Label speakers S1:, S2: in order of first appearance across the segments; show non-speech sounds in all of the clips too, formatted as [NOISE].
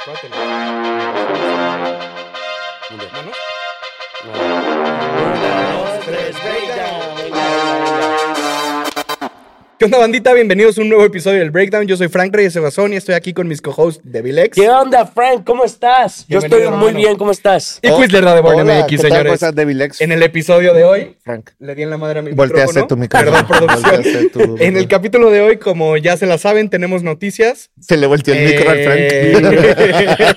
S1: Acuérdate. ¿Manos? Uno, dos, tres, breakdown. ¿Qué onda, bandita? Bienvenidos a un nuevo episodio del Breakdown. Yo soy Frank Reyes Evasón y estoy aquí con mis co-hosts Devil X.
S2: ¿Qué onda, Frank? ¿Cómo estás?
S1: Bienvenido,
S2: Yo estoy muy
S1: hermano.
S2: bien, ¿cómo estás?
S1: Y Quizler de Born
S3: Oh, Hola, ¿qué
S1: MX,
S3: tal? ¿Cómo
S1: señores.
S3: estás, Devil X?
S1: En el episodio de hoy,
S3: Frank.
S1: le di en la madre a mi
S3: Volteaste
S1: micrófono.
S3: tu micrófono.
S1: Perdón, producción.
S3: Volteaste tu
S1: [LAUGHS] En el capítulo de hoy, como ya se la saben, tenemos noticias.
S3: Se le volteó
S1: Eh,
S3: el micro al
S1: [LAUGHS]
S3: Frank.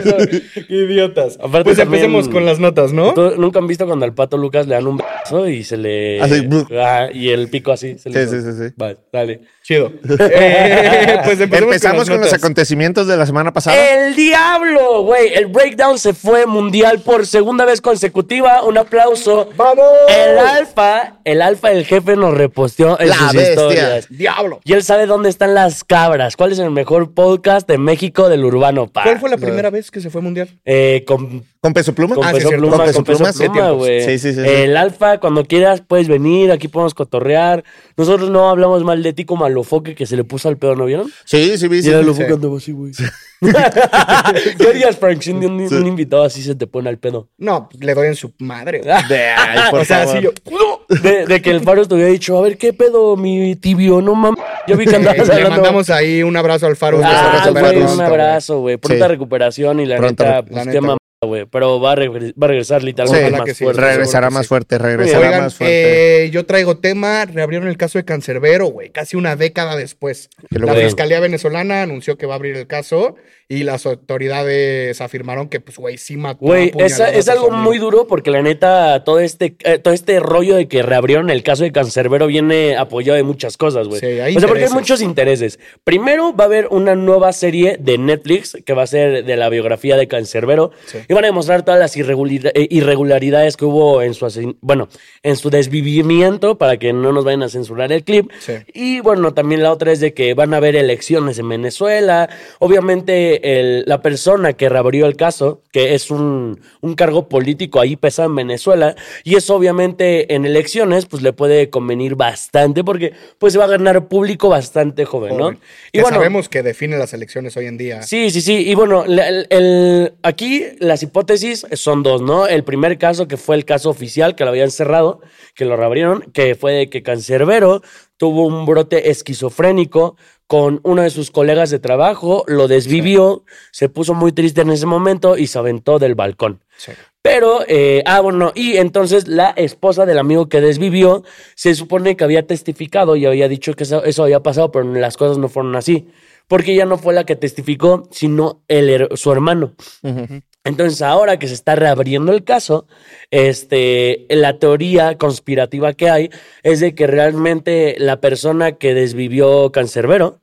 S1: Frank. Eh, Idiotas.
S2: Aparte
S1: pues
S2: también-
S1: empecemos con las notas, ¿no?
S2: ¿Tú- ¿Nunca han visto cuando al pato Lucas le dan un beso y se le.
S3: Así, blu.
S2: Ah, y el pico así. se le
S3: Sí,
S2: hizo.
S3: sí, sí, sí.
S2: Va, dale.
S1: Chido.
S3: [LAUGHS]
S1: Eh, pues empecemos
S3: Empezamos con, los
S1: notas. Eh,
S3: acontecimientos de la semana pasada.
S2: ¡El diablo, güey! El breakdown se fue mundial por segunda vez consecutiva. Un aplauso.
S1: ¡Vamos!
S2: El alfa, el alfa, el jefe nos reposteó en
S3: La
S2: sus
S3: bestia.
S2: historias.
S1: ¡Diablo!
S2: Y él sabe dónde están las cabras. ¿Cuál es el mejor podcast de México del Urbano Park?
S1: ¿Cuál fue la primera vez que se fue mundial?
S2: Eh, con
S3: ¿Con peso pluma?
S2: Con
S1: Ah, sí,
S2: peso
S1: es cierto.
S2: pluma,
S3: Con
S2: con
S3: peso
S2: peso
S3: pluma, sí,
S2: pluma,
S3: tiempos.
S2: güey.
S3: Sí, sí, sí, sí.
S2: El alfa, cuando quieras, puedes venir, aquí podemos cotorrear. Nosotros no hablamos mal de ti como al lofoque que se le puso al pedo, ¿no vieron?
S3: Sí, sí, vi, sí.
S2: Y el
S3: sí,
S2: lofoque
S3: sí.
S2: andaba así, güey. [LAUGHS] ¿Qué harías, Frank, si un, un- un invitado así se te pone al pedo?
S1: No, pues, le doy en su madre. güey.
S3: De-
S2: Ah,
S3: ay,
S1: [LAUGHS]
S3: por
S1: o sea,
S3: favor.
S1: así yo.
S2: [LAUGHS] De, de que el faro te hubiera dicho, a ver, ¿qué pedo, mi tibio? No mames. Yo vi que
S1: Eh,
S2: andabas
S1: le
S2: hablando.
S1: mandamos ahí un abrazo al faro.
S3: Un
S2: Ah,
S3: abrazo,
S1: Beso, beso,
S2: güey,
S1: beso,
S2: un
S3: güey.
S2: abrazo, güey. Pronta
S3: Sí.
S2: recuperación y la
S3: Pronta
S2: neta,
S3: recu-
S2: pues
S1: la
S2: qué
S1: neta.
S2: mamada, güey. Pero va a, regre- va a regresar literalmente
S3: Sí,
S2: más
S1: que sí.
S2: fuerte. güey.
S3: Regresará
S1: sí.
S3: más fuerte, regresará
S1: Oigan,
S3: más fuerte.
S1: eh, yo traigo tema, reabrieron el caso de Cancerbero, güey, casi una década después.
S3: Qué
S1: La
S3: locura.
S1: Fiscalía venezolana anunció que va a abrir el caso y las autoridades afirmaron que, pues, güey, sí mató. a
S2: Güey, es,
S1: puñaladas
S2: es
S1: a su
S2: algo
S1: amigo.
S2: muy duro porque la neta, todo este, eh, todo este rollo de que reabrieron el caso de Cancerbero viene apoyado de muchas cosas, güey.
S1: Sí, hay
S2: o sea, porque hay
S1: intereses.
S2: muchos intereses. Primero, va a haber una nueva serie de Netflix que va a ser de la biografía de Cancerbero
S1: Sí.
S2: y van a demostrar todas las irregulida- eh, irregularidades que hubo en su, asesin- bueno, en su desvivimiento para que no nos vayan a censurar el clip.
S1: Sí.
S2: Y bueno, también la otra es de que van a haber elecciones en Venezuela. Obviamente, el- la persona que reabrió el caso, que es un, un cargo político ahí pesa en Venezuela, y eso obviamente en elecciones, pues le puede convenir bastante porque pues se va a ganar público bastante joven, ¿no?
S1: Joven. Que sabemos que define las elecciones hoy en día.
S2: Sí, sí, sí. Y bueno, la- el, el- aquí las hipótesis son dos, ¿no? El primer caso, que fue el caso oficial, que lo habían cerrado, que lo reabrieron, que fue de que Cancerbero tuvo un brote esquizofrénico con uno de sus colegas de trabajo, lo desvivió, se puso muy triste en ese momento y se aventó del balcón.
S1: Sí.
S2: Pero, eh, ah, bueno, y entonces la esposa del amigo que desvivió se supone que había testificado y había dicho que eso, eso había pasado, pero las cosas no fueron así. Porque ella no fue la que testificó, sino el, her- su hermano. Entonces, ahora que se está reabriendo el caso, este, la teoría conspirativa que hay es de que realmente la persona que desvivió Cancerbero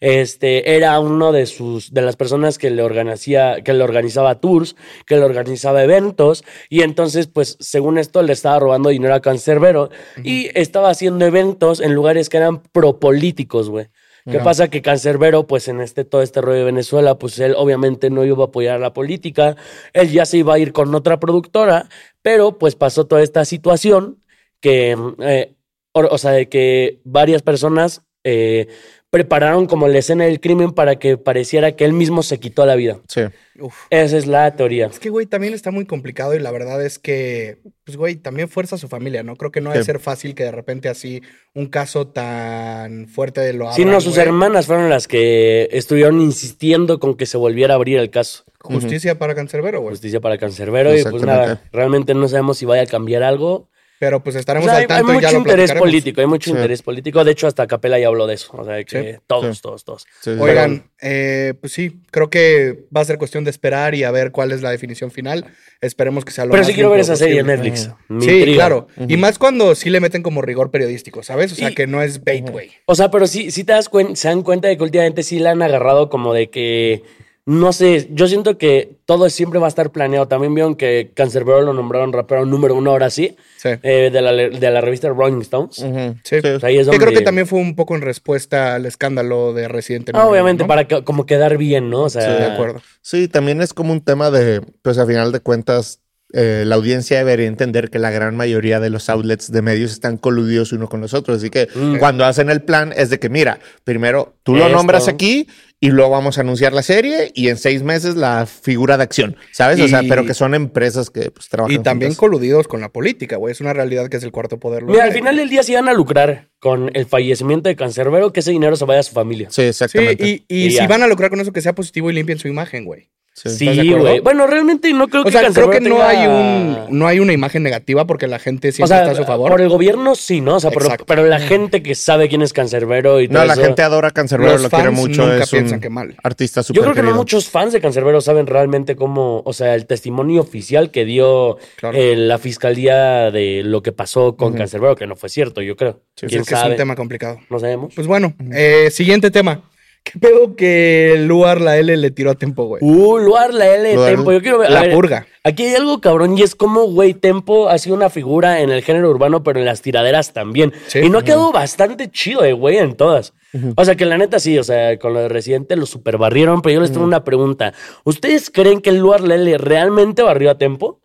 S2: este, era uno de sus de las personas que le organizaba que le organizaba tours, que le organizaba eventos y entonces pues según esto le estaba robando dinero a Cancerbero y estaba haciendo eventos en lugares que eran propolíticos, güey. ¿Qué pasa? Que Cancerbero, pues en este todo este rollo de Venezuela, pues él obviamente no iba a apoyar la política, él ya se iba a ir con otra productora, pero pues pasó toda esta situación que, eh, o, o sea, de que varias personas eh, prepararon como la escena del crimen para que pareciera que él mismo se quitó la vida.
S3: Sí.
S1: Uf.
S2: Esa es la teoría.
S1: Es que, güey, también está muy complicado y la verdad es que, pues, güey, también fuerza a su familia, ¿no? Creo que no ha de
S3: Sí.
S1: ser fácil que de repente así un caso tan fuerte de lo
S2: Sí,
S1: abran,
S2: no, sus
S1: güey.
S2: hermanas fueron las que estuvieron insistiendo con que se volviera a abrir el caso.
S1: Justicia para Cancerbero, güey.
S2: Justicia para Cancerbero y pues
S3: Exactamente.
S2: nada, realmente no sabemos si vaya a cambiar algo.
S1: Pero pues estaremos
S2: O sea, hay,
S1: al tanto
S2: hay
S1: y ya
S2: mucho
S1: lo
S2: interés
S1: platicaremos.
S2: político, hay mucho
S3: Sí.
S2: interés político. De hecho, hasta Capela ya habló de eso. O sea, que
S1: Sí,
S2: todos,
S3: sí.
S2: todos, todos.
S3: Sí, sí, sí.
S1: Oigan, eh, pues sí, creo que va a ser cuestión de esperar y a ver cuál es la definición final. Esperemos que sea lo
S2: Pero
S1: más
S2: sí quiero ver
S1: limpio
S2: esa serie en
S1: posible.
S2: Netflix. Me
S1: Sí,
S2: intriga.
S1: claro. Y más cuando sí le meten como rigor periodístico, ¿sabes? O sea,
S2: Y-
S1: que no es bait, güey.
S2: O sea, pero sí, sí te das cuenta, se dan cuenta de que últimamente sí la han agarrado como de que, no sé, yo siento que todo siempre va a estar planeado. También vieron que Cancerbero lo nombraron rapero número uno ahora sí,
S1: Sí.
S2: eh, de, la, de la revista Rolling Stones.
S3: Ujú.
S1: Sí.
S3: Sí.
S2: O sea, ahí es
S1: Mm. Que creo
S2: donde-
S1: que también fue un poco en respuesta al escándalo de Residente.
S2: Ah, obviamente, para que- como quedar bien, ¿no? O sea,
S1: De acuerdo.
S3: Sí, también es como un tema de, pues a final de cuentas, eh, la audiencia debería entender que la gran mayoría de los outlets de medios están coludidos uno con los otros. Así que cuando hacen el plan es de que, mira, primero tú lo
S2: Mm. Esto.
S3: nombras aquí y luego vamos a anunciar la serie y en seis meses la figura de acción, ¿sabes? o sea,
S1: Y-
S3: pero que son empresas que pues, trabajan.
S1: Y también
S3: juntas.
S1: coludidos con la política, güey. Es una realidad que es el cuarto poder. lo
S2: Mira, al
S1: sé.
S2: final del día si van a lucrar con el fallecimiento de Cancerbero, que ese dinero se vaya a su familia.
S3: Sí,
S1: Sí,
S3: exactamente.
S1: y, y
S2: Y ya.
S1: si van a lograr con eso que sea positivo y limpien su imagen, güey. ¿Estás de
S2: Sí,
S1: acuerdo?
S2: güey. Bueno, realmente no creo
S1: O
S2: que
S1: sea, creo
S2: Canserbero
S1: que no
S2: tenga-
S1: hay un no hay una imagen negativa porque la gente siempre
S2: o sea,
S1: está a su favor.
S2: Por el gobierno sí, ¿no? O sea, pero,
S1: Exacto.
S2: pero la gente que sabe quién es Cancerbero y todo
S3: No, la
S2: eso-
S3: gente adora a Canserbero,
S1: Los
S3: lo quiere
S1: fans
S3: mucho.
S1: nunca
S3: es un
S1: piensan que mal.
S3: Artista súper
S2: Yo creo que no
S3: querido.
S2: muchos fans de Cancerbero saben realmente cómo, o sea, el testimonio oficial que dio
S1: Claro.
S2: eh, la fiscalía de lo que pasó con Cancerbero, que no fue cierto, yo creo.
S1: Sí,
S2: ¿Quién
S1: es que es
S2: sabe?
S1: un tema complicado.
S2: No sabemos.
S1: Pues bueno, eh, siguiente tema. ¿Qué pedo que el Luar la L le tiró a tiempo, güey?
S2: Uh, Luar, la L,
S3: Luar,
S2: Tempo. Yo quiero ver. a
S1: la
S2: ver,
S1: purga.
S2: Aquí hay algo cabrón y es como, güey, Tempo ha sido una figura en el género urbano, pero en las tiraderas también.
S1: Sí.
S2: y no ha quedado bastante chido, eh, güey, en todas. O sea, que la neta sí, o sea, con lo de Residente lo super barrieron, pero yo les tengo una pregunta. ¿Ustedes creen que el Luar Lele realmente barrió a Tempo?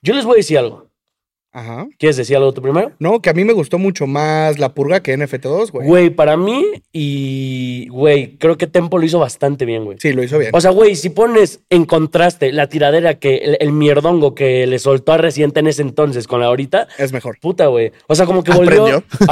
S2: Yo les voy a decir algo.
S1: Ajá.
S2: ¿Quieres decir algo tú primero?
S1: No, que a mí me gustó mucho más la purga que NFT2, güey.
S2: Güey, para mí y, güey, creo que Tempo lo hizo bastante bien, güey.
S1: Sí, lo hizo bien.
S2: O sea, güey, si pones en contraste la tiradera que el, el mierdongo que le soltó a Residente en ese entonces con la ahorita,
S1: es mejor.
S2: puta, güey. O sea, como que volvió.
S3: Aprendió.
S2: [LAUGHS]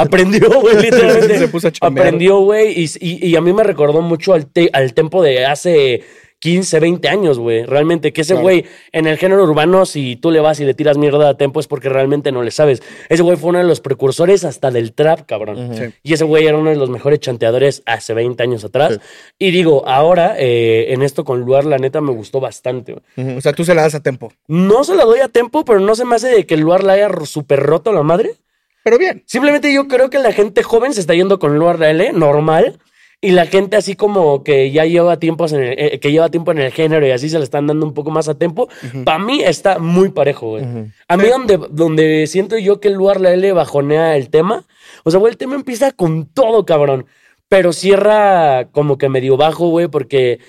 S1: [LAUGHS]
S2: Aprendió, güey, literalmente.
S1: Se puso a chambear.
S2: aprendió, güey. Y, y- y a mí me recordó mucho al, te- al tempo de hace 15, 20 años, güey. Realmente, que ese
S1: Claro.
S2: güey en el género urbano, si tú le vas y le tiras mierda a tempo, es porque realmente no le sabes. Ese güey fue uno de los precursores hasta del trap, cabrón.
S1: Sí.
S2: Y ese güey era uno de los mejores chanteadores hace 20 años atrás. Y digo, ahora eh, en esto con Luar, la neta me gustó bastante. güey.
S1: O sea, tú se la das a tiempo.
S2: No se la doy a tempo, pero no se me hace de que Luar la haya super roto la madre.
S1: Pero bien.
S2: Simplemente yo creo que la gente joven se está yendo con Luar L, normal. Y la gente así como que ya lleva tiempos en el, eh, que lleva tiempo en el género y así se le están dando un poco más a tiempo. Para mí está muy parejo, güey. A mí donde, donde siento yo que Luar L bajonea el tema, o sea, güey, el tema empieza con todo, cabrón. Pero cierra como que medio bajo, güey, porque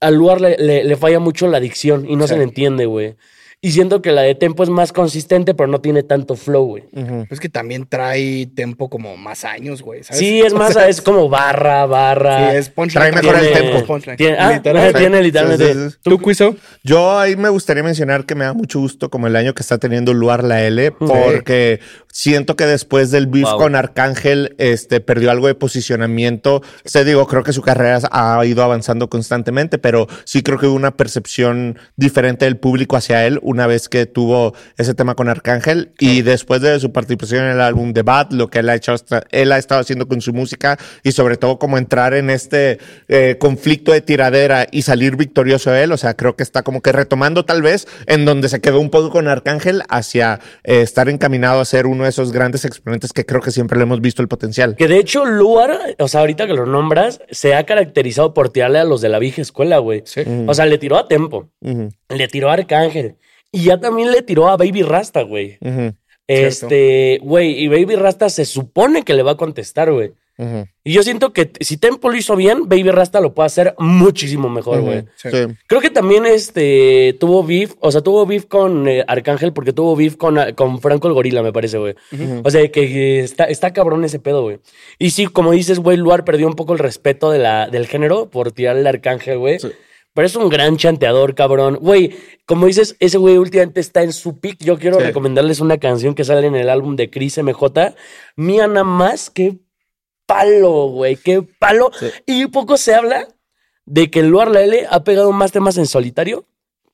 S2: al Luar le, le- le falla mucho la dicción y no se
S1: Sí.
S2: le entiende, güey. Y siento que la de Tempo es más consistente, pero no tiene tanto flow, güey.
S1: Es que también trae tiempo como más años, güey. ¿sabes? [LAUGHS]
S2: Sí, es más, es como barra, barra.
S1: Sí, es punchline.
S3: Trae mejor el
S1: Tiene-
S3: tempo.
S1: punchline.
S2: Tiene, ah,
S1: Literal.
S2: tiene literalmente.
S3: Sí, sí, sí.
S1: ¿Tú,
S2: [LAUGHS]
S1: Cuiso?
S3: Yo ahí me gustaría mencionar que me da mucho gusto como el año que está teniendo lugar la L, porque siento que después del beef
S2: Wow.
S3: con Arcángel, este, perdió algo de posicionamiento. Se digo, creo que su carrera ha ido avanzando constantemente, pero sí creo que hubo una percepción diferente del público hacia él una vez que tuvo ese tema con Arcángngel y después de su participación en el álbum The Bad, lo que él ha hecho, hasta- él ha estado haciendo con su música y sobre todo como entrar en este eh, conflicto de tiradera y salir victorioso él, o sea, creo que está como que retomando tal vez en donde se quedó un poco con Arcángel hacia eh, estar encaminado a ser uno de esos grandes exponentes que creo que siempre le hemos visto el potencial.
S2: Que de hecho, Luar, o sea, ahorita que lo nombras, se ha caracterizado por tirarle a los de la vieja escuela, güey.
S1: Sí.
S2: O sea, le tiró a Tempo,
S3: Ujú,
S2: le tiró a Arcángel y ya también le tiró a Baby Rasta, güey.
S3: ujú,
S1: Cierto.
S2: Este, güey, y Baby Rasta se supone que le va a contestar, güey.
S3: ujú,
S2: Y yo siento que t- si Tempo lo hizo bien, Baby Rasta lo puede hacer muchísimo mejor, güey.
S3: ujú,
S1: Sí.
S3: sí.
S2: Creo que también este tuvo beef, o sea, tuvo beef con eh, Arcángel porque tuvo beef con, con Franco el Gorila, me parece, güey. O sea, que, que está, está cabrón ese pedo, güey. Y sí, como dices, güey, Luar perdió un poco el respeto de la, del género por tirarle al Arcángel, güey. Pero es un gran chanteador, cabrón. Güey, como dices, ese güey últimamente está en su pick. Yo quiero
S3: Sí.
S2: recomendarles una canción que sale en el álbum de Chris MJ. Mía nada más, qué palo, güey, qué palo.
S3: Sí.
S2: Y poco se habla de que Luar La L ha pegado más temas en solitario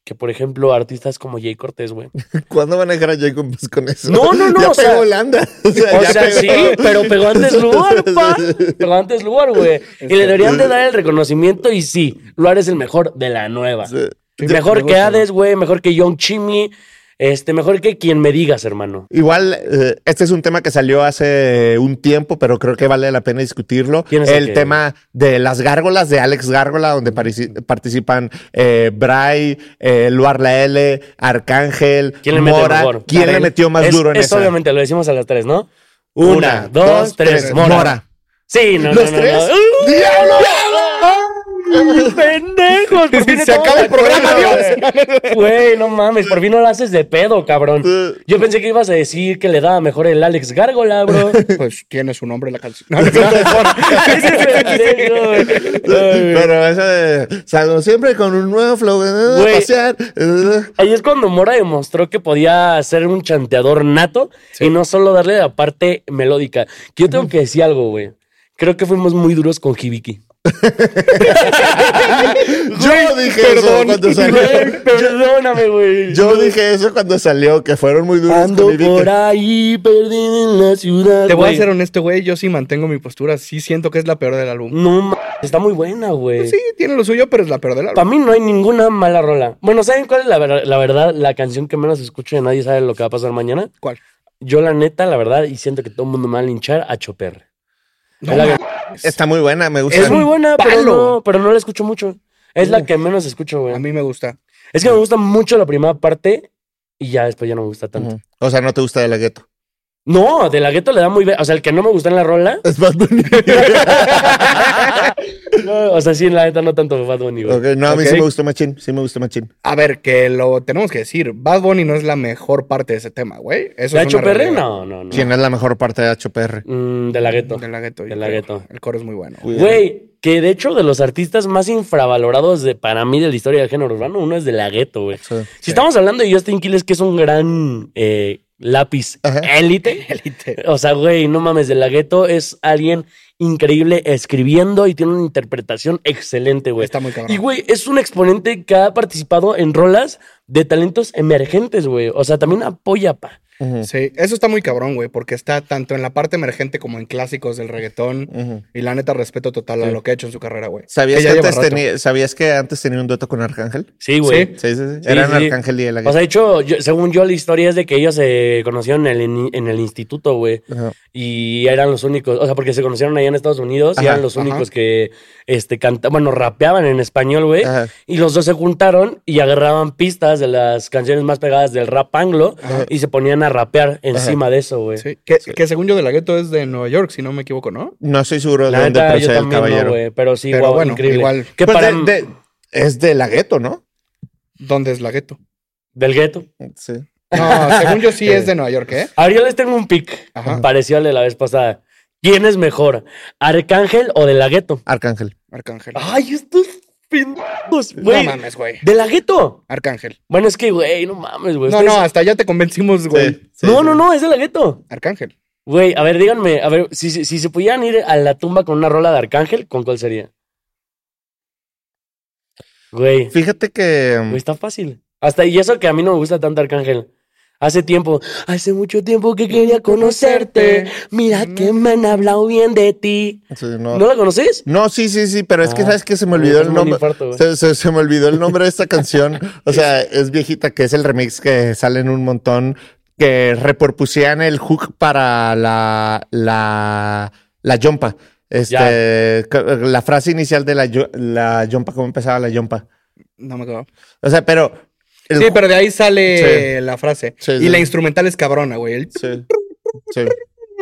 S2: que, por ejemplo, artistas como Jay Cortés, güey.
S3: ¿Cuándo van a dejar a Jacob Bass con eso?
S2: No, no, no,
S3: [LAUGHS] Ya
S2: o sea-
S3: pegó Holanda. O sea,
S2: O
S3: ya
S2: sea,
S3: pegó.
S2: sí, pero pegó
S3: [LAUGHS]
S2: antes Luar, pa. Pegó antes Luar, güey. Y le deberían de dar el reconocimiento y sí, Luar es el mejor de la nueva.
S1: Sí,
S2: Mejor
S1: me
S2: que
S1: gusta.
S2: Hades, güey, mejor que Young Chimmy, este, mejor que quien me digas, hermano.
S3: Igual, eh, este es un tema que salió hace un tiempo, pero creo que vale la pena discutirlo.
S2: ¿Quién es el
S3: el
S2: que-
S3: tema de las gárgolas de Alex Gárgola, donde parici- participan eh, Bray, eh, Luar La L, Arcángel,
S2: ¿Quién le metió
S3: Mora.
S2: mejor?
S3: ¿Quién le
S2: Adel.
S3: metió más
S2: Es-
S3: duro en
S2: es
S3: esa?
S2: obviamente, lo decimos a las tres, ¿no?
S3: Una,
S2: Una, dos, tres, Mora. Sí, no, no,
S3: ¿Los
S2: no, [LAUGHS]
S3: tres?
S2: no.
S3: ¡Diablo!
S2: pendejos. por fin
S1: Se acaba el
S2: estamos de
S1: programa,
S2: acuerdo,
S1: Dios.
S2: güey. Güey, no mames, por fin no lo haces de pedo, cabrón. Yo pensé que ibas a decir que le daba mejor el Alex Gárgola,
S3: [LAUGHS]
S2: bro. [LAUGHS]
S1: Pues tiene su nombre la canción. No, no, no.
S2: Ese pendejo, güey.
S3: Pero eso de. Salgo siempre con un nuevo flow. eh,
S2: Güey.
S3: pasear. eh.
S2: Ahí es cuando Mora demostró que podía ser un chanteador nato y no solo darle la parte melódica. Que yo tengo que decir algo, güey. Creo que fuimos muy duros con Hibiki.
S3: Yo dije eso
S1: perdón.
S3: cuando salió.
S2: [LAUGHS] Güey, perdóname, güey.
S3: Yo dije eso cuando salió, que fueron muy duros
S2: Ando
S3: con Vivi, que-
S2: por ahí perdido en la ciudad.
S1: Te voy
S2: güey.
S1: a ser honesto, güey. Yo sí mantengo mi postura. Sí siento que es la peor del álbum.
S2: No, ma- está muy buena, güey.
S3: Pues
S1: Sí, tiene lo suyo, pero es la peor del álbum.
S2: Para mí no hay ninguna mala rola. Bueno, ¿saben cuál es la, ver- la verdad? La canción que menos escucho y nadie sabe lo que va a pasar mañana.
S1: ¿Cuál?
S2: Yo, la neta, la verdad, y siento que todo el mundo me va a linchar a Choper.
S1: No,
S2: Es la-
S3: Está muy buena, me gusta.
S2: es muy buena, pero
S1: palo.
S2: no, pero no la escucho mucho. Es la que menos escucho,
S1: A
S2: güey.
S1: mí me gusta.
S2: Es que me gusta mucho la primera parte y ya después ya no me gusta tanto.
S3: Ujú. O sea, no te gusta de la gueto.
S2: No, de la gueto le da muy bien. O sea, el que no me gusta en
S1: [LAUGHS]
S2: la rola.
S3: Es más [LAUGHS]
S2: no, o sea, sí, la neta no tanto Bad Bunny, güey.
S3: no, a mí sí
S1: Ok.
S3: me gustó Machín. Sí me gustó Machín.
S1: A ver, que lo tenemos que decir. Bad Bunny no es la mejor parte de ese tema, güey. Eso
S2: ¿La
S1: es una
S2: Choper?
S1: realidad.
S2: No, no, no.
S3: ¿Quién es la mejor parte de HPR?
S2: Mm, de la gueto.
S1: De la gueto. yo
S2: De la
S1: creo.
S2: gueto.
S1: El coro es muy bueno. [LAUGHS]
S2: Güey, que de hecho de los artistas más infravalorados de, para mí de la historia del género urbano, uno es de la gueto, güey.
S3: Sí.
S2: Si estamos hablando de Justin Quiles, que es un gran eh, lápiz
S3: Ajá.
S2: élite. O sea, güey, no mames, de la gueto es alguien increíble escribiendo y tiene una interpretación excelente, güey.
S1: Está muy cabrón.
S2: Y, güey, es un exponente que ha participado en rolas de talentos emergentes, güey. O sea, también apoya, pa.
S3: Ujú,
S1: Sí, eso está muy cabrón, güey, porque está tanto en la parte emergente como en clásicos del reggaetón.
S3: ujú.
S1: Y la neta, respeto total a lo que ha hecho en su carrera, güey.
S3: ¿Sabías,
S1: ya
S3: que
S1: lleva
S3: antes
S1: rato.
S3: tenía, ¿Sabías que antes tenía un dueto con Arcángel?
S2: Sí, güey.
S1: Sí.
S3: Sí, sí, sí.
S2: Sí,
S3: Eran
S2: sí, sí.
S3: Arcángel y de la
S2: O
S3: gueto.
S2: sea, de hecho, yo- según yo, la historia es de que ellos se conocieron en el, in- en el instituto, güey.
S3: Ajá.
S2: Y eran los únicos, o sea, porque se conocieron allá en Estados Unidos y
S3: Ajá,
S2: eran los
S1: ajá.
S2: únicos que este, cantaban, bueno, rapeaban en español, güey.
S3: Ajá.
S2: Y los dos se juntaron y agarraban pistas de las canciones más pegadas del rap anglo y se ponían a rapear encima de eso, güey.
S1: Sí, que, que según yo, de la gueto es de Nueva York, si no me equivoco, ¿no?
S3: No estoy seguro de
S2: La
S3: dónde
S2: neta, yo
S3: procede el
S2: también no,
S3: caballero.
S2: güey, pero sí,
S1: Pero
S2: guau,
S1: bueno,
S2: increíble.
S1: igual.
S2: Que
S3: Pues
S2: para,
S3: de- de- es de la gueto, ¿no?
S1: ¿Dónde es la gueto?
S2: Del gueto.
S3: Sí.
S1: No,
S2: [LAUGHS]
S1: según yo sí es de Nueva York, ¿eh?
S2: Ahora yo les tengo un pick
S1: Ajá.
S2: parecido al de la vez pasada. ¿Quién es mejor, Arcángel o De La Gueto?
S3: Arcángel.
S1: Arcángel.
S2: Ay, estos pendejos,
S1: no
S2: güey.
S1: mames, güey.
S2: de La Gueto.
S1: Arcángel.
S2: Bueno, es que, güey, no mames, güey.
S1: No,
S2: ustedes-
S1: no, hasta ya te convencimos, güey.
S3: Sí, sí,
S2: no,
S3: sí.
S2: no, no, es De La Gueto.
S1: Arcángel.
S2: Güey, a ver, díganme, a ver, si, si, si se pudieran ir a la tumba con una rola de Arcángel, ¿con cuál sería? Güey,
S3: Fíjate que.
S2: güey, está fácil. Hasta y eso que a mí no me gusta tanto Arcángel. Hace tiempo, hace mucho tiempo que quería conocerte. Mira que me han hablado bien de ti.
S3: Sí, no.
S2: ¿No la conoces?
S3: No, sí, sí, sí, pero es que
S2: Ah.
S3: sabes que se me olvidó
S2: Es
S3: el
S2: un
S3: nombre.
S2: infarto, güey.
S3: se, se- se me olvidó el nombre de esta canción.
S1: [LAUGHS]
S3: O sea, es viejita, que es el remix que sale en un montón, que reperpusían el hook para la, la, la yompa. Este, ca- la frase inicial de la, yo- la yompa, cómo empezaba la yompa.
S1: No me acuerdo.
S3: O sea, pero. el
S1: Sí,
S3: hook-
S1: pero de ahí sale la frase.
S3: Sí,
S1: y
S3: sí.
S1: la instrumental es cabrona, güey. El-
S3: Sí, sí.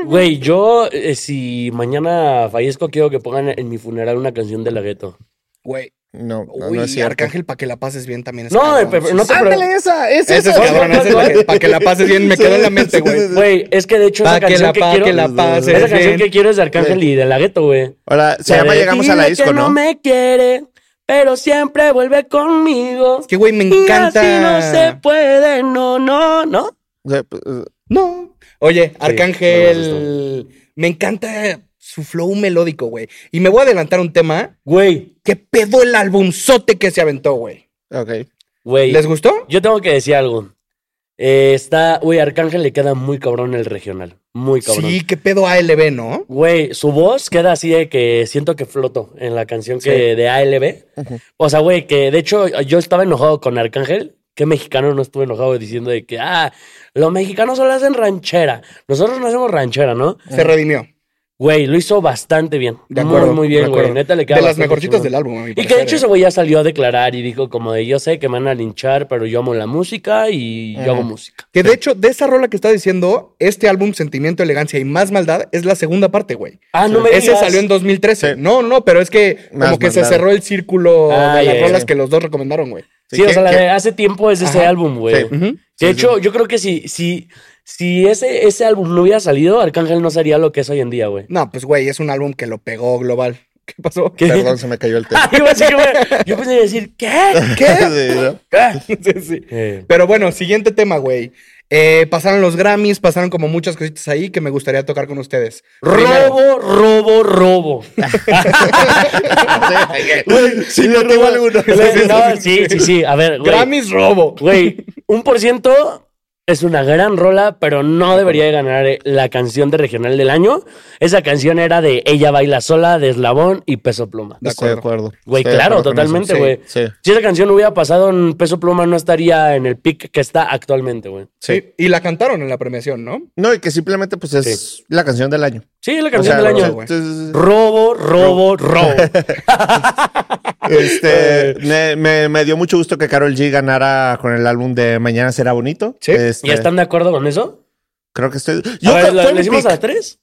S2: Güey, yo eh, si mañana fallezco, quiero que pongan en mi funeral una canción de la gueto.
S1: Güey.
S3: No, no,
S1: Uy,
S3: no es cierto.
S1: Arcángel, para que la pases bien también. es
S2: No,
S1: cabrón.
S2: pero- pero no te-
S3: Ándale, esa, es
S1: Esa
S3: esa.
S1: es cabrona, esa es la que, para que la pases bien, me quedó en la mente, güey.
S2: Güey, es que de hecho
S1: Pa'
S2: esa
S1: que
S2: canción
S1: la-
S2: que
S1: pa'
S2: quiero.
S1: que la pases
S2: esa canción
S1: bien.
S2: que quiero es de Arcángel y de la gueto, güey.
S3: Ahora, se
S2: La
S3: llama
S2: de,
S3: Llegamos a la
S2: "Dile que
S3: disco, ¿no?
S2: No me quiere, pero siempre vuelve conmigo.
S1: Que, güey, me
S2: Y
S1: encanta.
S2: así no se puede, no, no, no.
S3: O sea, pues, eh,
S1: No. Oye,
S2: no
S1: Arcángel, me encanta su flow melódico, güey. Y me voy a adelantar un tema.
S2: Güey,
S1: ¿Qué pedo el albumzote que se aventó, güey?
S3: Ok.
S2: güey.
S1: ¿Les gustó?
S2: Yo tengo que decir algo. Eh, está, güey, Arcángel le queda muy cabrón el regional. Muy cabrón.
S1: Sí, qué pedo ALB, ¿no?
S2: Güey, su voz queda así de que siento que floto en la canción que de ALB. O sea, güey, que de hecho yo estaba enojado con Arcángel. Que mexicano no estuve enojado diciendo de que, ah, los mexicanos solo hacen ranchera. Nosotros no hacemos ranchera, ¿no?
S1: Se redimió.
S2: Güey, lo hizo bastante bien.
S1: De acuerdo.
S2: Muy, muy
S1: de
S2: bien, güey.
S1: acuerdo.
S2: Neta le queda
S1: De las
S2: bastante
S1: mejorcitas
S2: chingón.
S1: del álbum, a mi
S2: Y que de
S1: parecer,
S2: hecho
S1: eh.
S2: ese güey ya salió a declarar y dijo como de yo sé que me van a linchar, pero yo amo la música y yo
S1: Eh.
S2: hago música.
S1: Que de hecho, de esa rola que está diciendo, este álbum Sentimiento, Elegancia y Más Maldad es la segunda parte, güey.
S2: Ah, no me
S1: Ese
S2: digas.
S1: salió en 2013.
S3: Sí.
S1: No, no, no, pero es que
S3: Más
S1: como que se
S3: Maldad.
S1: cerró el círculo
S2: Ah,
S1: de las
S2: ya,
S1: rolas
S3: ya.
S1: que los dos recomendaron, güey.
S2: Sí, o
S3: ¿qué-
S2: sea, la
S3: qué-
S2: de hace tiempo es de ese
S1: Ajá.
S2: álbum, güey.
S3: Sí.
S2: De
S1: Ujú.
S2: hecho, yo creo que si, si, si ese, ese álbum no hubiera salido, Arcángel no sería lo que es hoy
S1: [LAUGHS]
S2: en día, güey. [LAUGHS]
S1: No, pues, güey, es un álbum que lo pegó global. [LAUGHS] ¿Qué pasó?
S2: [LAUGHS] ¿Qué?
S3: Perdón, se me cayó el tema.
S2: Ah, iba a decir que me- yo pensé decir, [LAUGHS] ¿qué?
S3: [LAUGHS] Sí, ¿no?
S2: ¿Qué?
S1: Sí, sí.
S2: Eh,
S1: Pero bueno, siguiente tema, güey. Eh, pasaron los Grammys, pasaron como muchas cositas ahí que me gustaría tocar con ustedes. Primero,
S2: robo, robo, robo.
S3: Si no tengo alguno.
S2: [LAUGHS] No, sí, sí, sí. A ver, güey.
S1: Grammys robo.
S2: Güey, un por ciento es una gran rola, pero no debería de ganar eh, la canción de Regional del Año. Esa canción era de Ella baila sola, de Eslabón y Peso Pluma.
S1: De
S3: Estoy de acuerdo.
S2: Güey,
S3: Estoy de
S2: claro,
S3: acuerdo con eso.
S2: totalmente,
S3: Sí,
S2: güey.
S3: Sí,
S2: Si esa canción hubiera pasado en Peso Pluma, no estaría en el pick que está actualmente, güey.
S3: sí.
S1: Sí, Y la cantaron en la premiación, ¿no?
S3: No, y que simplemente pues es la canción del año.
S2: Sí, es la
S3: O
S2: canción
S3: sea,
S2: del
S1: no,
S2: año.
S1: güey.
S3: entonces,
S2: Robo, robo,
S3: [LAUGHS]
S2: robo.
S3: Este, me, me- me dio mucho gusto que Carol G ganara con el álbum de Mañana será bonito.
S1: Sí.
S3: Este,
S2: ¿Y están de acuerdo con eso?
S3: Creo que estoy.
S2: A ver,
S3: creo-
S2: ¿la-
S3: fue
S2: ¿le
S3: mi
S2: decimos
S3: pick.
S2: a las tres?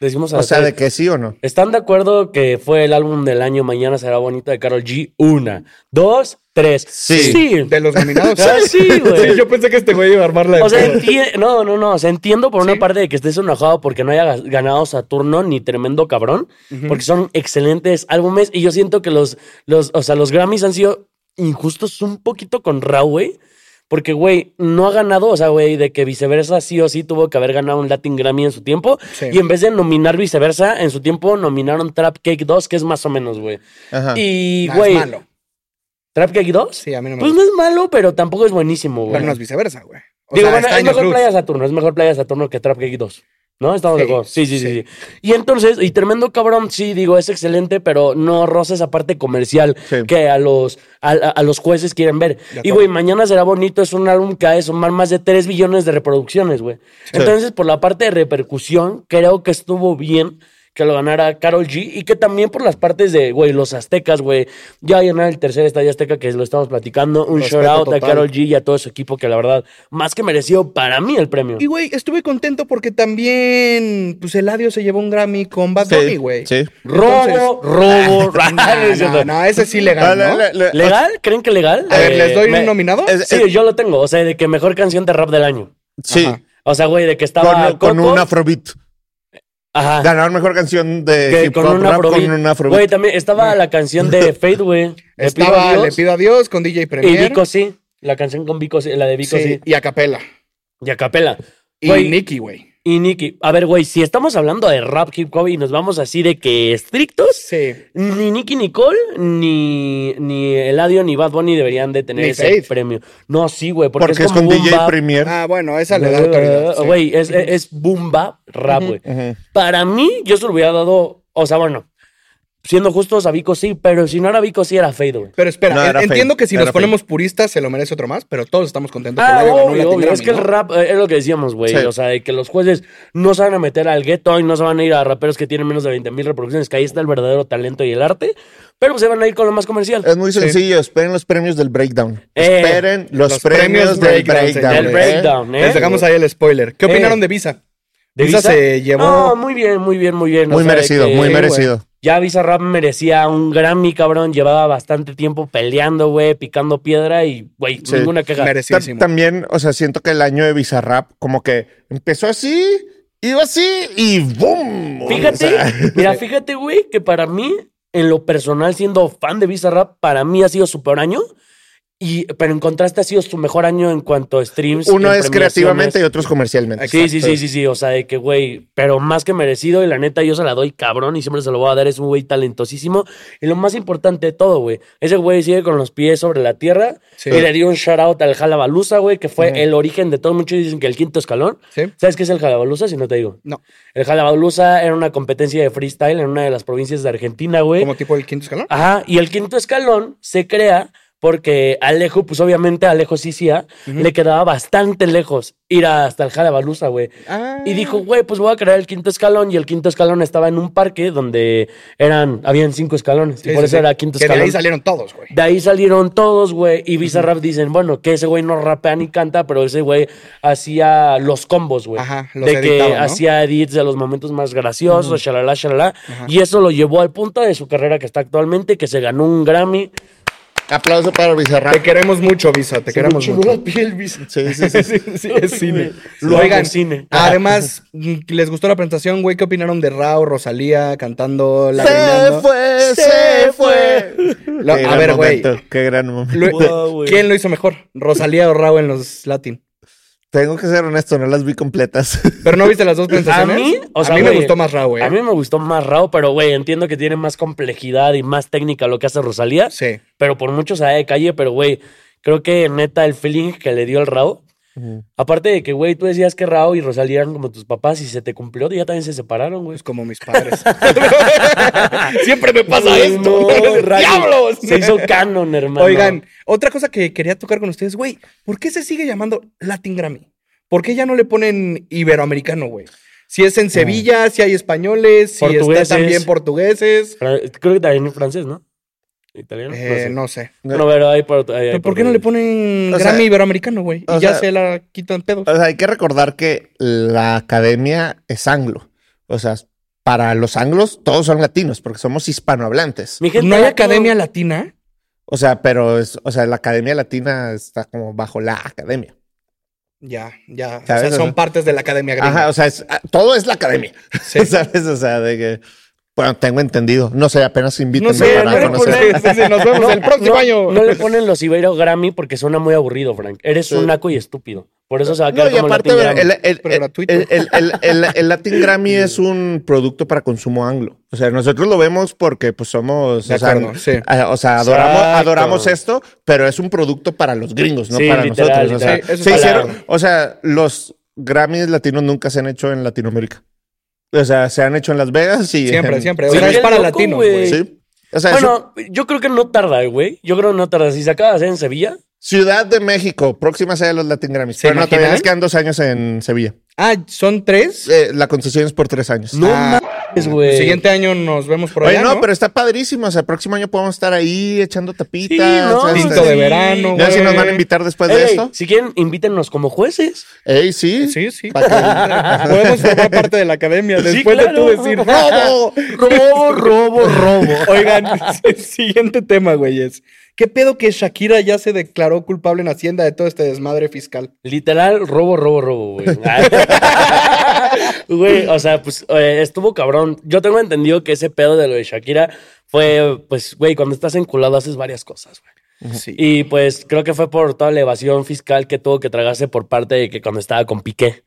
S2: ¿Le decimos a
S3: O
S2: las
S3: sea,
S2: tres?
S3: de que sí o no.
S2: ¿Están de acuerdo que fue el álbum del año Mañana será bonito de Carol G? Una, dos, tres.
S3: Sí.
S1: De los nominados.
S2: [LAUGHS] Ah, sí, güey.
S1: Sí, yo pensé que este güey iba a armarla. de
S2: O sea,
S1: pedo.
S2: enti- no, no, no. O sea, entiendo por una parte de que estés enojado porque no haya gas- ganado Saturno ni Tremendo Cabrón, porque son excelentes álbumes y yo siento que los, los, o sea, los Grammys han sido injustos un poquito con Raw, güey. Porque, güey, no ha ganado, o sea, güey, de que viceversa sí o sí tuvo que haber ganado un Latin Grammy en su tiempo.
S1: Sí.
S2: Y en vez de nominar viceversa, en su tiempo nominaron Trap Cake 2, que es más o menos, güey.
S3: Ajá.
S2: Y,
S1: No, Ah. es
S2: güey,
S1: malo.
S2: ¿Trap Cake 2?
S1: Sí, a mí no me
S2: Pues no es malo, pero tampoco es buenísimo, güey.
S1: Pero no es viceversa, güey. O
S2: Digo,
S1: sea,
S2: bueno,
S1: está
S2: es
S1: años
S2: mejor
S1: luz.
S2: Playa Saturno, es mejor Playa Saturno que Trap Cake 2. ¿No? Estamos
S1: Sí,
S2: de acuerdo. Sí, sí, sí,
S1: sí.
S2: sí. Y entonces, y tremendo cabrón, sí, digo, es excelente, pero no roza esa parte comercial
S3: Sí.
S2: que a los, a, a- a los jueces quieren ver. Y, güey, Mañana será bonito, es un álbum que ha de sumar más de 3 billones de reproducciones, güey. Entonces, por la parte de repercusión, creo que estuvo bien que lo ganara Carol G y que también por las partes de, güey, los aztecas, güey, ya llenar el tercer estadio azteca que lo estamos platicando, un
S1: Respeto
S2: shout out a
S1: total.
S2: Carol G y a todo su equipo que la verdad, más que merecido para mí el premio.
S1: Y, güey, estuve contento porque también, pues, Eladio se llevó un Grammy con Bad
S3: Sí,
S1: Bunny, güey.
S3: sí.
S1: [LAUGHS]
S2: Robo,
S1: No, no,
S2: robo, [LAUGHS] robo.
S1: no, ese sí
S3: Ah,
S1: legal,
S3: la-
S1: ¿no?
S3: la- la-
S2: ¿Legal? ¿Creen que legal?
S1: A ver,
S2: Eh,
S1: ¿les doy
S2: me-
S1: un nominado?
S3: es-
S2: Sí, yo lo tengo, o sea, de que mejor canción de rap del año.
S3: Sí.
S1: Ajá.
S2: O sea, güey, de que estaba
S3: Con, con
S2: Coco,
S3: un afrobeat.
S2: Ajá.
S3: Ganaron mejor canción de
S2: que
S3: hip
S2: con
S3: hop
S2: un
S3: rap
S2: afrobeat.
S3: con un afrobeat.
S2: Güey, también estaba la canción
S1: [LAUGHS]
S2: de Fade, güey. Le pido
S1: Estaba
S2: adiós.
S1: Le Pido Adiós con DJ
S2: Y
S1: Premier.
S2: Vico sí. La canción con Vico sí, la de Vico sí.
S1: sí, y Acapella.
S2: Y a capela.
S1: Y
S2: Güey,
S1: Nicky, güey.
S2: y Nicky. A ver, güey, si estamos hablando de rap hip hop y nos vamos así de que estrictos,
S1: Sí.
S2: ni Nicky Nicole, ni, ni Eladio, ni Bad Bunny deberían de tener
S1: Ni
S2: ese
S1: Fade.
S2: premio. No, sí, güey, porque,
S3: porque es,
S2: como
S3: con
S2: boom
S3: DJ
S2: bap.
S3: Premier.
S1: Ah, bueno, esa le da autoridad. sí.
S2: Güey, es, es, es boom bap rap, güey.
S3: Ujú.
S2: Para mí, yo se lo hubiera dado, o sea, bueno, siendo justos a Vico sí, pero si no era Vico sí era Fade, güey.
S1: Pero espera,
S3: No,
S1: en-
S3: era fake,
S1: entiendo que si
S3: era
S1: nos
S3: fake.
S1: ponemos puristas se lo merece otro más, pero todos estamos contentos
S2: Ah,
S1: que Eladio ganó un
S2: obvio,
S1: Latin
S2: obvio. Es
S1: Grammy,
S2: que el
S1: ¿no?
S2: rap eh, es lo que decíamos, güey.
S3: Sí.
S2: O sea, de que los jueces no se van a meter al gueto y no se van a ir a raperos que tienen menos de 20 mil reproducciones, que ahí está el verdadero talento y el arte, pero se van a ir con lo más comercial.
S3: Es muy sencillo. Esperen los premios del breakdown.
S2: Eh,
S3: Esperen los,
S1: los premios
S3: premios, del
S1: breakdown,
S3: breakdown.
S1: señores.
S2: Del
S3: ¿eh?
S2: breakdown, ¿eh?
S1: Les dejamos ahí el spoiler. ¿Qué
S2: Eh.
S1: opinaron de Visa?
S2: ¿De
S1: Visa se llevó-
S2: No, muy bien, muy bien, muy bien. O
S3: Muy
S2: sea, de
S3: merecido,
S2: que-
S3: muy
S1: sí, güey.
S3: merecido.
S2: Ya Visa Rap merecía un Grammy, cabrón. Llevaba bastante tiempo peleando, güey, picando piedra y, güey,
S3: Sí.
S2: ninguna queja.
S3: Ta-
S1: Merecidísimo.
S3: También, o sea, siento que el año de Bizarrap como que empezó así, iba así y ¡boom!
S2: Fíjate,
S3: O sea, [LAUGHS]
S2: mira, fíjate, güey, que para mí, en lo personal, siendo fan de Bizarrap, para mí ha sido su peor año. Y, pero en contraste, ha sido su mejor año en cuanto a streams.
S3: uno
S2: y Pues, en
S3: es creativamente y
S2: premiaciones.
S3: otro es comercialmente.
S2: Sí, sí, sí,
S3: Exacto.
S2: sí, sí. O sea, de que, güey, pero más que merecido. Y la neta, yo se la doy cabrón y siempre se lo voy a dar. Es un güey talentosísimo. Y lo más importante de todo, güey, ese güey sigue con los pies sobre la tierra.
S1: Sí.
S2: Y le dio un shout out al Jalabalusa, güey, que fue el origen de todo. Muchos dicen que el quinto escalón.
S1: Sí.
S2: ¿Sabes qué es el Jalabalusa? Si no te digo.
S1: No,
S2: El Jalabalusa era una competencia de freestyle en una de las provincias de Argentina, güey.
S1: como tipo el quinto escalón.
S2: Ajá, y el quinto escalón se crea porque Alejo, pues obviamente Alejo Sisia le quedaba bastante lejos ir hasta el Jarabalusa, güey.
S1: Ah.
S2: Y dijo, güey, pues voy a crear el quinto escalón. Y el quinto escalón estaba en un parque donde eran, habían cinco escalones. y
S1: Sí,
S2: por
S1: sí,
S2: eso
S1: sí.
S2: era quinto
S1: Que de
S2: escalón.
S1: ahí salieron todos, güey.
S2: De ahí salieron todos, güey. Y Bizarrap dicen, bueno, que ese güey no rapea ni canta, pero ese güey hacía los combos, güey.
S1: Ajá, los
S2: De que
S1: editaba, ¿no?
S2: hacía edits de los momentos más graciosos, shalala, shalala. Y eso lo llevó al punto de su carrera que está actualmente, que se ganó un Grammy.
S3: Aplauso para Bizarrap.
S1: Te queremos mucho, Visa, te queremos
S3: Chuló
S1: mucho.
S3: la piel, Biz- Sí, sí, sí.
S1: Sí, [LAUGHS] sí, es cine.
S2: Sí,
S1: Lo Oigan, ah,
S2: es cine.
S1: además, mm, ¿les gustó la presentación, güey? ¿Qué opinaron de Rao, Rosalía, cantando, la
S3: Se fue, se fue.
S1: Lo-
S3: Qué
S1: a
S3: gran
S1: ver, güey.
S3: momento, Qué gran momento.
S1: Lo-
S2: Wow, güey.
S1: ¿Quién lo hizo mejor? ¿Rosalía o Rao en los Latin?
S3: Tengo que ser honesto, no las vi completas.
S1: ¿Pero no viste las dos
S2: A
S1: presentaciones?
S2: mí, o sea,
S1: a mí me
S2: güey,
S1: gustó más Rao, güey.
S2: A mí me gustó más Rao, pero güey, entiendo que tiene más complejidad y más técnica lo que hace Rosalía.
S1: Sí.
S2: Pero por mucho se da de calle, pero güey, creo que neta el feeling que le dio el Rao. Aparte de que, güey, tú decías que Rao y Rosalía eran como tus papás y se te cumplió, ya también se separaron, güey.
S1: Es como mis padres. Siempre me pasa
S2: Güey,
S1: esto.
S2: no, rayos.
S1: [LAUGHS] ¡Diablos!
S2: Se hizo canon, hermano.
S1: Oigan, otra cosa que quería tocar con ustedes, güey, ¿por qué se sigue llamando Latin Grammy? ¿Por qué ya no le ponen iberoamericano, güey? Si es en Sevilla, si hay españoles, si
S2: Mm. Portugueses.
S1: está también portugueses.
S2: Fra- creo que también en francés, ¿no? Italiano.
S1: Eh,
S2: no, sé.
S1: no sé.
S2: Bueno, pero hay por, pues hay- hay
S1: ¿Pero por qué no le ponen
S3: O sea,
S1: Grammy iberoamericano, güey?
S3: o
S1: Y ya
S3: sea-
S1: se la quitan pedos.
S3: O sea, hay que recordar que la academia es anglo. O sea, para los anglos todos son latinos porque somos hispanohablantes.
S2: Mi gente,
S1: ¿No hay
S2: ya todo-
S1: academia latina?
S3: O sea, pero es, o sea, la academia latina está como bajo la academia.
S1: Ya, ya. O sea,
S3: ¿Sabes? O
S1: son
S3: sea-
S1: partes de la academia gringa.
S3: Ajá, o sea, es- ah, todo es la academia.
S1: Sí.
S3: ¿Sabes? [LAUGHS] O sea, de que bueno, tengo entendido. No sé, apenas invítenme
S1: no sé,
S3: para
S1: no le
S3: conocer.
S1: ponen- sí, sí, nos vemos
S3: [LAUGHS]
S1: el próximo
S2: no,
S1: año.
S2: no le ponen los Ibeiro Grammy porque suena muy aburrido, Frank. Eres
S3: Sí.
S2: un naco y estúpido. Por eso se va a
S3: No,
S2: quedar
S3: y
S2: como
S3: aparte,
S2: Latin
S3: el,
S2: Grammy.
S3: el- el-
S1: Pero gratuito.
S3: el- el- el- el- el Latin
S1: [LAUGHS]
S3: Grammy es un producto para consumo anglo. O sea, nosotros lo vemos porque pues somos...
S1: De
S3: o sea,
S1: acuerdo, sí.
S3: ah, o sea, adoramos,
S2: Exacto.
S3: adoramos esto, pero es un producto para los gringos, no
S2: Sí,
S3: para
S2: literal,
S3: nosotros. O sea,
S1: literal. Sí, eso es
S3: se
S1: palabra.
S3: hicieron- o sea, los Grammys latinos nunca se han hecho en Latinoamérica. O sea, se han hecho en Las Vegas y...
S1: Siempre,
S3: en-
S1: siempre. O
S2: Sí,
S1: sea, es
S2: qué
S1: para
S2: loco,
S1: latinos,
S2: güey.
S1: güey.
S3: Sí. O sea, es un-
S2: Bueno, yo creo que no tarda, eh, güey. Yo creo que no tarda. Si se acaba de hacer en Sevilla,
S3: Ciudad de México, próxima sede de los Latin Grammys.
S1: ¿Se
S3: Pero no, todavía
S1: imaginan?
S3: les quedan dos años en Sevilla.
S1: Ah, ¿son tres?
S3: Eh, la concesión es por tres años.
S2: no
S1: Ah.
S2: mames, güey.
S1: Siguiente año nos vemos por
S3: Oye,
S1: allá,
S3: no,
S1: ¿no?
S3: pero está padrísimo. O sea, el próximo año podemos estar ahí echando
S2: Sí,
S3: tapitas.
S2: no,
S3: este,
S1: Tinto de verano,
S3: no sé si nos
S1: güey.
S3: van a invitar después de
S2: Ey,
S3: esto.
S2: Si quieren, invítennos como jueces.
S3: Ey, sí.
S2: [LAUGHS]
S1: Sí, sí.
S3: Pa'
S1: [LAUGHS]
S3: que-
S1: Podemos formar parte de la academia
S2: Sí,
S1: después
S2: claro.
S1: de tú decir ¡Robo!
S2: Robo, robo, robo.
S1: [LAUGHS] Oigan, el siguiente tema, güeyes. ¿Qué pedo que Shakira ya se declaró culpable en Hacienda de todo este desmadre fiscal?
S2: Literal, robo, robo, robo,
S3: [LAUGHS]
S2: güey. Ah. [LAUGHS] Güey, o sea, pues eh, estuvo cabrón. Yo tengo entendido que ese pedo de lo de Shakira fue, pues, güey, cuando estás enculado haces varias cosas, güey.
S1: Sí.
S2: Y pues creo que fue por toda la evasión fiscal que tuvo que tragarse por parte de que cuando estaba con Piqué.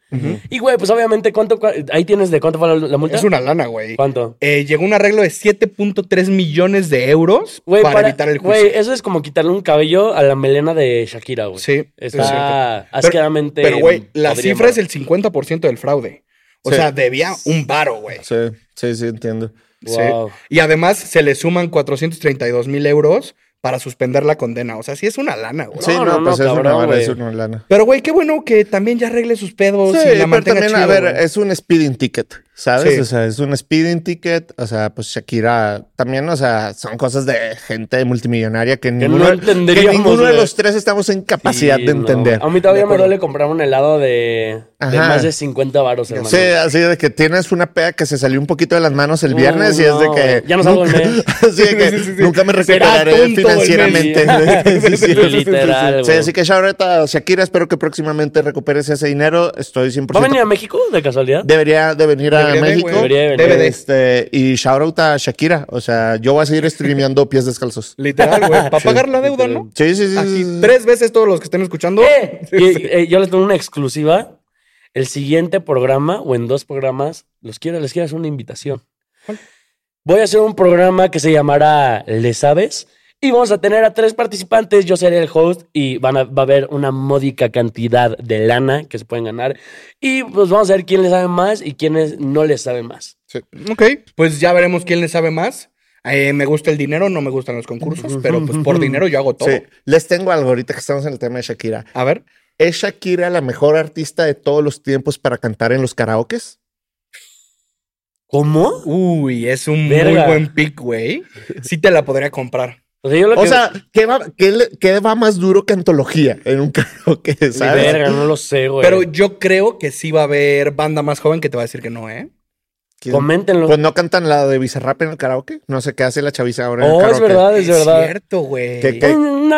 S2: Y güey, pues obviamente, ¿cuánto? cua- Ahí tienes de cuánto fue la, la multa.
S1: Es una lana, güey.
S2: ¿Cuánto?
S1: Eh, llegó un arreglo de 7.3 millones de euros
S2: Güey,
S1: para, evitar el juicio.
S2: Güey, eso es como quitarle un cabello a la melena de Shakira, güey.
S1: Sí, es
S2: Está
S1: cierto. Pero-
S2: asqueramente.
S1: Pero, güey, la
S2: podría,
S1: cifra es
S2: mano.
S1: el 50% del fraude. O
S3: Sí.
S1: sea, debía un varo, güey.
S3: sí, sí, sí, entiendo.
S1: Sí.
S2: Wow.
S1: Y además se le suman 432 mil euros para suspender la condena. O sea, sí es una lana, güey.
S3: sí, no,
S2: no, no,
S3: pues es una
S2: cabrón,
S3: vara,
S2: güey.
S3: es una lana.
S1: Pero, güey, qué bueno que también ya arregle sus pedos
S3: Sí,
S1: y Pues la
S3: pero
S1: mantenga
S3: también,
S1: chido,
S3: a ver,
S1: güey.
S3: es un speeding ticket, ¿sabes?
S1: Sí.
S3: O sea, es un speeding ticket. O sea, pues Shakira también, o sea, son cosas de gente multimillonaria que, ninguno,
S2: no
S3: que
S2: entenderíamos,
S3: ninguno de
S2: güey.
S3: los tres estamos en capacidad
S2: Sí,
S3: de
S2: no,
S3: entender.
S2: güey. a mí todavía me duele comprar un helado de, de
S3: Ajá.
S2: más de 50 varos, hermano.
S3: Sí, así de que tienes una peda que se salió un poquito de las manos el viernes y es
S2: Uh, no,
S3: de que.
S2: ya no salgo el
S3: nunca-
S2: mes.
S3: [LAUGHS] así de que
S1: Sí, sí, sí, sí.
S3: nunca me
S1: Será tonto
S3: recuperaré
S1: el mes.
S2: [LAUGHS]
S3: financieramente. Sí, sí, sí.
S2: Literal,
S3: Sí,
S2: güey.
S3: así que Shaureta, Shakira, espero que próximamente recuperes ese dinero. Estoy
S2: ¿Va a venir
S3: 100%.
S2: a México de casualidad?
S3: Debería de venir a
S1: Debería de,
S3: México.
S1: güey.
S2: Debería de venir.
S1: Debe de.
S3: Este, y shoutout a Shakira. O sea, yo voy a seguir streameando [LAUGHS] pies descalzos.
S1: Literal,
S3: [LAUGHS]
S1: güey. Para pagar la deuda, ¿no?
S3: Sí, sí, sí. sí,
S1: Aquí,
S3: sí.
S1: tres veces todos los que estén escuchando.
S2: Eh, [LAUGHS] y- eh, yo les tengo una exclusiva. El siguiente programa o en dos programas, los quiero, les quiero hacer una invitación. Voy a hacer un programa que se llamará ¿Le sabes? Y vamos a tener a tres participantes. Yo seré el host y van a, va a haber una módica cantidad de lana que se pueden ganar. Y pues vamos a ver quién le sabe más y quiénes no le sabe más.
S1: Ok. Pues ya veremos quién le sabe más. eh, me gusta el dinero, no me gustan los concursos, pero pues por dinero yo hago todo.
S3: Sí. Les tengo algo ahorita que estamos en el tema de Shakira.
S1: A ver,
S3: ¿Es Shakira la mejor artista de todos los tiempos para cantar en los karaokes?
S2: ¿Cómo?
S1: uy, es un muy
S2: Verga.
S1: buen pick, güey. Sí te la podría comprar.
S2: O sea, yo lo
S3: O
S2: que-
S3: sea, ¿qué va, qué le- qué va más duro que antología en un [LAUGHS] karaoke?
S2: Ni
S3: ¿sabes?
S2: verga, no lo sé, güey.
S1: Pero yo creo que sí va a haber banda más joven que te va a decir que no, ¿eh?
S3: ¿Quién?
S2: Coméntenlo.
S3: Pues no cantan la de Bizarrap en el karaoke. No sé qué hace la chaviza ahora en el
S2: oh, es
S3: karaoke.
S2: verdad, es, verdad.
S1: cierto, güey.
S3: ¿Qué- qué?
S1: O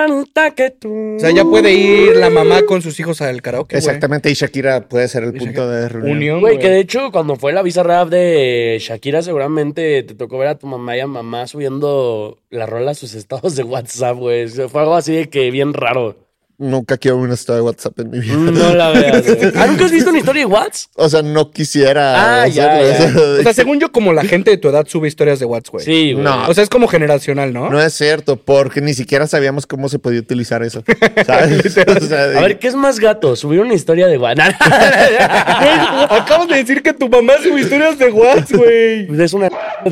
S2: O
S1: sea, ya puede ir la mamá con sus hijos al karaoke. güey.
S3: Exactamente, y Shakira puede ser el
S1: Y
S3: punto de reunión.
S1: Unión.
S2: Güey,
S1: güey.
S2: que de hecho, cuando fue la visa rap de Shakira, seguramente te tocó ver a tu mamá y a mamá subiendo la rola a sus estados de WhatsApp, güey. O sea, Fue algo así de que bien [LAUGHS] raro.
S3: Nunca quiero una historia de WhatsApp en mi vida.
S2: No la veas. güey. Ah, ¿Nunca has visto una historia de WhatsApp?
S3: O sea, no quisiera.
S2: Ah, ya,
S3: hacerlo.
S1: O sea, según yo, como la gente de tu edad sube historias de WhatsApp, güey.
S2: Sí, güey.
S3: No.
S1: O sea, es como generacional, ¿no?
S3: No es cierto, porque ni siquiera sabíamos cómo se podía utilizar
S2: [LAUGHS]
S3: eso. ¿Sabes? O sea,
S2: A ver, ¿qué es más gato? ¿Subir una historia de WhatsApp?
S1: [LAUGHS] Güey, acabas de decir que tu mamá sube historias de WhatsApp, güey.
S2: [LAUGHS] es una... [LAUGHS]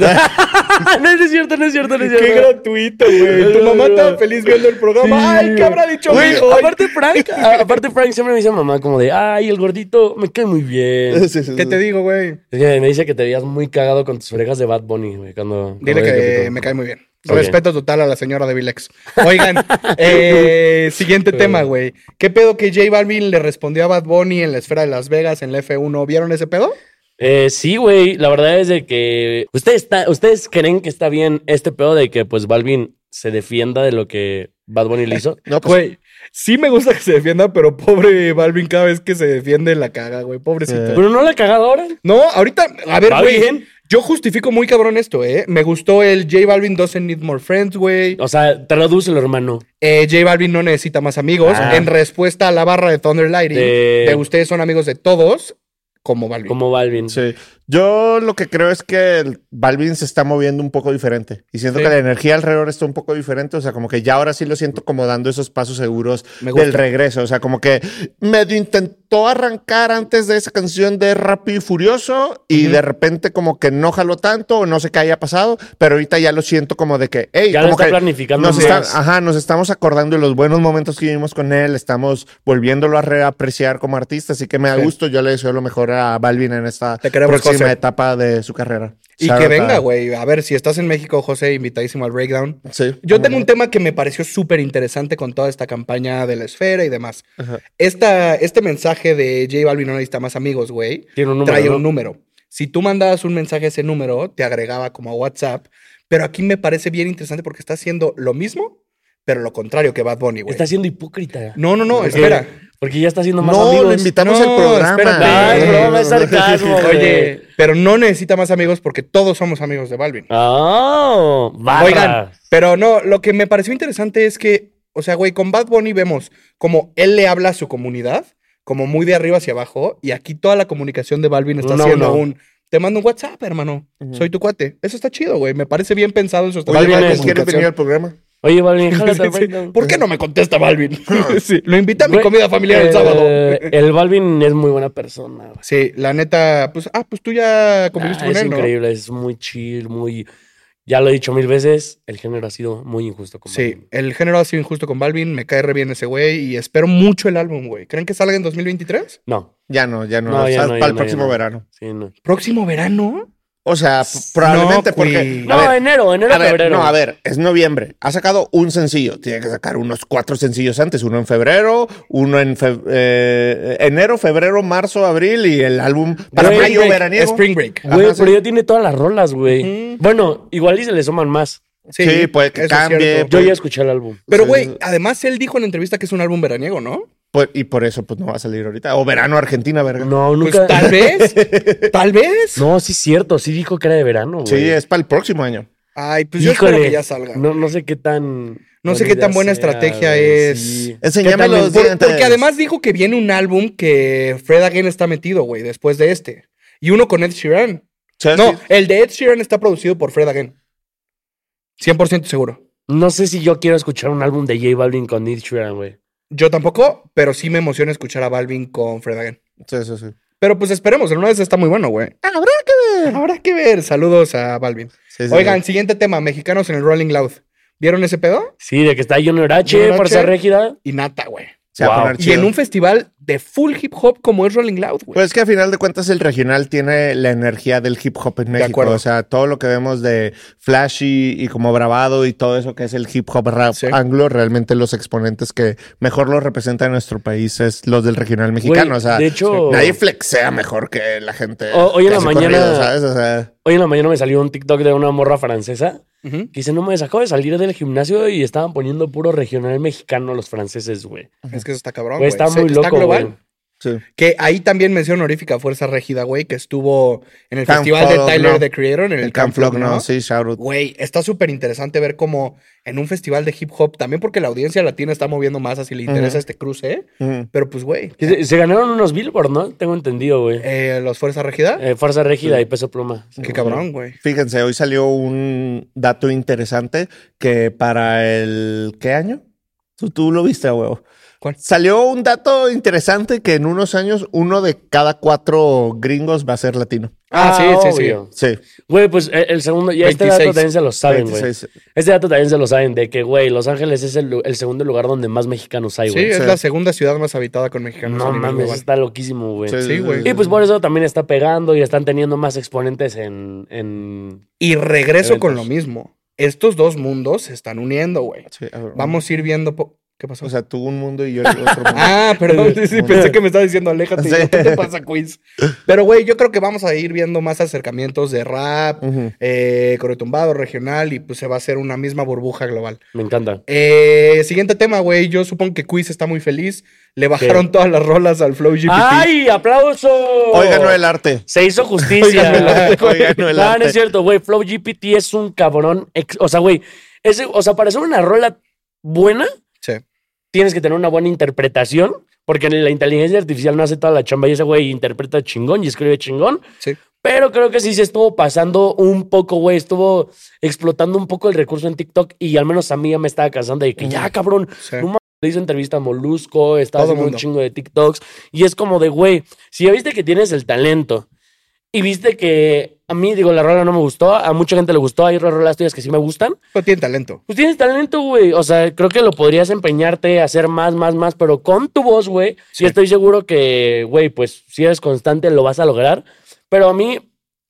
S2: no, no es cierto, no es cierto, no es cierto.
S1: Qué gratuito, güey. Tu mamá estaba feliz viendo el programa.
S2: Sí.
S1: Ay, ¿qué habrá dicho mi
S2: Güey, ah,
S1: hijo?
S2: aparte Frank, [LAUGHS] a- aparte Frank siempre me dice a mamá como de, ay, el gordito me cae muy bien.
S3: [LAUGHS] sí, sí, sí.
S1: ¿Qué te digo, güey?
S2: Es que me dice que te veías muy cagado con tus orejas de Bad Bunny, güey, cuando...
S1: Dile
S2: cuando veía el
S1: que
S2: capítulo.
S1: me cae muy bien.
S2: Ok.
S1: Respeto total a la señora de Vilex. Oigan, [LAUGHS] eh, [LAUGHS] siguiente tema, güey. ¿Qué pedo que J Balvin le respondió a Bad Bunny en la esfera de Las Vegas, en la F1? ¿Vieron ese pedo?
S2: Eh, sí, güey, la verdad es de que... Ustedes, está- ¿Ustedes creen que está bien este pedo de que, pues, Balvin se defienda de lo que Bad Bunny le hizo?
S3: No, pues,
S1: Güey, sí me gusta que se defienda, pero pobre Balvin cada vez que se defiende la caga, güey. Pobrecito.
S2: Pero no la ha cagado ahora.
S1: Eh. No, ahorita, a ver,
S2: Va
S1: güey.
S2: bien.
S1: Yo justifico muy cabrón esto, ¿eh? Me gustó el J Balvin doesn't need more friends, güey.
S2: O sea, tradúcelo, hermano.
S1: Eh, J Balvin no necesita más amigos.
S2: Ah.
S1: En respuesta a la barra de Thunder Lighting,
S2: De-
S1: de ustedes son amigos de todos, como Balvin.
S2: Como Balvin.
S3: sí. Yo lo que creo es que el Balvin se está moviendo un poco diferente y siento
S1: Sí.
S3: que la energía alrededor está un poco diferente. O sea, como que ya ahora sí lo siento como dando esos pasos seguros
S1: Me gusta.
S3: del regreso. O sea, como que medio intentó arrancar antes de esa canción de Rápido y Furioso y de repente como que no jaló tanto o no sé qué haya pasado, pero ahorita ya lo siento como de que, hey,
S2: Ya lo
S3: como
S2: está
S3: que
S2: planificando
S3: nos está-
S2: más.
S3: ajá, nos estamos acordando de los buenos momentos que vivimos con él, estamos volviéndolo a reapreciar como artista, así que me da
S1: Sí.
S3: gusto, yo le deseo lo mejor a Balvin en esta
S1: Te queremos, José.
S3: próxima etapa de su carrera.
S1: y
S3: Shout
S1: que
S3: out
S1: venga,
S3: a-
S1: güey. A ver, si estás en México, José, invitadísimo al breakdown.
S3: Sí.
S1: Yo
S3: Vamos
S1: tengo
S3: a
S1: un tema que me pareció súper interesante con toda esta campaña de la esfera y demás. Esta, este mensaje de J Balvin no necesita más amigos, güey.
S2: Tiene un número,
S1: traía
S2: ¿no?
S1: un número. Si tú mandabas un mensaje a ese número, te agregaba como a WhatsApp. Pero aquí me parece bien interesante porque está haciendo lo mismo, pero lo contrario que Bad Bunny, güey.
S2: Está siendo hipócrita.
S1: No, no, no,
S2: Porque-
S1: espera.
S2: Porque ya está haciendo más
S3: No, lo
S2: amigos.
S3: invitamos
S1: No,
S3: al programa.
S1: espérate.
S2: Ah, es
S1: Eh,
S2: broma,
S3: [LAUGHS]
S2: es sarcasmo, güey.
S1: Oye, pero no necesita más amigos porque todos somos amigos de Balvin.
S2: Ah, barra.
S1: Oigan, pero no, lo que me pareció interesante es que, o sea, güey, con Bad Bunny vemos como él le habla a su comunidad, como muy de arriba hacia abajo, y aquí toda la comunicación de Balvin está
S2: No,
S1: haciendo
S2: no.
S1: un. Te mando un WhatsApp, hermano. Soy tu cuate. Eso está chido, güey. Me parece bien pensado en su
S3: Oye,
S1: estrategia de
S3: Balvin, ¿quieres venir
S1: comunicación.
S3: al programa?
S2: Oye, Balvin, jálate
S1: [LAUGHS] Sí,
S2: al
S1: sí.
S2: breakdown.
S1: ¿Por qué no me contesta
S2: [LAUGHS]
S1: Balvin? [LAUGHS] Sí, lo invité a mi
S2: Güey,
S1: comida familiar
S2: eh,
S1: el sábado.
S2: El Balvin es muy buena persona. güey.
S1: Sí, la neta, pues, ah, pues tú ya conviviste
S2: Ah,
S1: con
S2: es
S1: él, ¿no?
S2: increíble, es muy chill, muy... Ya lo he dicho mil veces, el género ha sido muy injusto con
S1: Sí,
S2: Balvin.
S1: el género ha sido injusto con Balvin, me cae re bien ese güey y espero mucho el álbum, güey. ¿Creen que salga en 2023?
S2: No,
S3: Ya no, ya no.
S2: No, ya
S3: Hasta
S2: no, ya
S3: para el
S2: no, ya
S3: próximo
S2: no.
S3: verano.
S2: sí, no.
S1: ¿Próximo verano?
S3: O sea, p- probablemente porque.
S1: güey.
S3: a
S2: No,
S3: ver,
S2: enero, enero,
S3: A ver,
S2: febrero.
S3: No, a ver, es noviembre. Ha sacado un sencillo. Tiene que sacar unos cuatro sencillos antes. Uno en febrero, uno en fe- eh, enero, febrero, marzo, abril y el álbum para
S2: Güey,
S3: mayo
S1: Break,
S3: veraniego.
S1: Spring Break.
S2: Güey,
S3: Ajá,
S2: pero
S3: sí.
S2: ya tiene todas las rolas, güey.
S1: Ujú.
S2: Bueno, igual y se le suman más.
S3: Sí, puede que
S1: eso es
S3: cambie.
S1: cierto.
S2: Yo ya escuché el álbum.
S1: Pero,
S3: Sí,
S1: güey,
S3: sí.
S1: además él dijo en entrevista que es un álbum veraniego, ¿no?
S3: Por- y por eso pues no va a salir ahorita. O verano Argentina, verga.
S2: No,
S1: Pues
S2: nunca...
S1: tal
S2: [LAUGHS]
S1: vez. Tal vez.
S2: No, sí es cierto, sí dijo que era de verano, güey.
S3: sí, es para el próximo año.
S1: Ay, pues yo espero que ya salga.
S2: No, no sé qué tan.
S1: No sé qué tan buena estrategia es.
S3: Enséñame
S2: ¿Qué tan
S3: los
S1: Por-
S3: dientes.
S1: porque además dijo que viene un álbum que Fred Again está metido, güey, después de este. Y uno con Ed Sheeran.
S3: Sí,
S1: No,
S3: Ah, sí.
S1: el de Ed Sheeran está producido por Fred Again. 100% seguro.
S2: No sé si yo quiero escuchar un álbum de J Balvin con Ed Sheeran, güey.
S1: Yo tampoco, pero sí me emociona escuchar a Balvin con Fred Again.
S3: Sí, sí, sí.
S1: Pero pues esperemos, el 9 está muy bueno, güey.
S3: Habrá que ver.
S1: Habrá que ver. Saludos a Balvin.
S3: Sí, sí,
S1: Oigan,
S3: sí.
S1: siguiente tema, mexicanos en el Rolling Loud. ¿Vieron ese pedo?
S2: Sí, de que está Junior H
S1: Junior
S2: por
S1: H.
S2: ser rígida.
S1: Y nata, güey.
S3: se va a
S2: Wow.
S3: poner
S1: Y en
S3: chido.
S1: un festival de full hip hop como es Rolling Loud, güey.
S3: Pues es que a final de cuentas el regional tiene la energía del hip hop en México.
S1: acuerdo.
S3: O sea, todo lo que vemos de flashy y como bravado y todo eso que es el hip hop rap
S1: Sí.
S3: anglo, realmente los exponentes que mejor los representa en nuestro país es los del regional mexicano.
S2: Güey,
S3: o sea,
S2: de hecho-
S3: nadie flexea mejor que la gente.
S2: O- hoy en
S3: que
S2: la
S3: hace
S2: mañana-
S3: corrido, ¿sabes? O sea,
S2: Hoy en la mañana me salió un TikTok de una morra francesa
S1: Ujú.
S2: que dice, no me acabo de salir del gimnasio y estaban poniendo puro regional mexicano los franceses, güey.
S1: Es que eso está cabrón, güey.
S2: Güey, está
S1: Se-
S2: muy loco,
S1: global.
S2: güey.
S3: sí.
S1: Que ahí también mención honorífica Fuerza Régida, güey, que estuvo en el
S3: Camp
S1: festival
S3: Flock,
S1: de Tyler,
S3: ¿no?
S1: the Creator, en el,
S3: El, Camp Flock,
S1: Flock,
S3: no, sí, shout out.
S1: Güey, está súper interesante ver cómo en un festival de hip hop, también porque la audiencia latina está moviendo masas y le interesa
S3: Ujú.
S1: este cruce, ¿eh?
S3: Ujú.
S1: Pero pues, güey,
S2: Que Se, se ganaron unos Billboard, ¿no? Tengo entendido, güey.
S1: eh, los Fuerza Regida,
S2: Eh, Fuerza Régida y Peso Pluma.
S1: qué cabrón, güey.
S3: Fíjense, hoy salió un dato interesante que para el... ¿Qué año? Tú, tú lo viste, huevo.
S1: ¿Cuál?
S3: Salió un dato interesante que en unos años uno de cada cuatro gringos va a ser latino.
S1: Ah, sí, sí, sí.
S2: obvio.
S3: Sí.
S2: Güey, pues eh, el segundo, ya este dato
S1: 26.
S2: también se lo saben, güey.
S3: 26.
S2: Este dato también se lo saben, de que, güey, Los Ángeles es el, lu- el segundo lugar donde más mexicanos hay,
S1: Sí,
S2: güey.
S1: es
S3: Sí.
S1: la segunda ciudad más habitada con mexicanos.
S2: no
S1: a nivel
S2: mames,
S1: global.
S2: está loquísimo, güey.
S3: Sí,
S1: Sí, güey.
S2: Y pues por eso también está pegando y están teniendo más exponentes en. en-
S1: Y regreso con lo
S3: Eventos.
S1: mismo. Estos dos mundos se están uniendo, güey.
S3: Sí, a ver,
S1: Vamos a ir viendo. po- ¿Qué pasó?
S3: O sea, tú un mundo y yo el otro
S1: [LAUGHS]
S3: mundo.
S2: [LAUGHS]
S1: Ah, perdón, sí, sí, pensé que me estaba diciendo aléjate.
S3: Sí.
S1: y yo, ¿Qué te pasa, quiz? Pero, güey, yo creo que vamos a ir viendo más acercamientos de rap,
S3: Ujú.
S1: eh, correo tumbado, regional, y pues se va a hacer una misma burbuja global.
S2: me encanta.
S1: Eh, siguiente tema, güey. Yo supongo que Quiz está muy feliz. Le bajaron todas las rolas al Flow GPT.
S2: ¡Ay! ¡Aplauso!
S3: Hoy
S1: Oh.
S3: ganó el arte.
S2: Se hizo justicia.
S1: Oigan, el
S2: [LAUGHS]
S3: arte, oigan, el
S2: no, no
S3: arte.
S2: es cierto, güey. Flow GPT es un cabrón. ex- o sea, güey, ese- o sea, para hacer una rola buena,
S1: Sí.
S2: tienes que tener una buena interpretación, porque la inteligencia artificial no hace toda la chamba y ese güey interpreta chingón y escribe chingón.
S1: Sí.
S2: Pero creo que sí se estuvo pasando un poco, güey. Estuvo explotando un poco el recurso en TikTok y al menos a mí ya me estaba cansando de que ya, cabrón,
S1: Sí.
S2: no mames, le hizo entrevista a Molusco, estaba
S1: Todo
S2: haciendo un
S1: mundo.
S2: chingo de TikToks. Y es como de, güey, si ya viste que tienes el talento y viste que a mí, digo, la rola no me gustó, a mucha gente le gustó, hay otras rolas tuyas que sí me gustan.
S1: No tiene talento.
S2: Pues tienes talento, güey. O sea, creo que lo podrías empeñarte a hacer más, más, más, pero con tu voz, güey.
S1: Sí.
S2: Y estoy seguro que, güey, pues si eres constante lo vas a lograr. Pero a mí,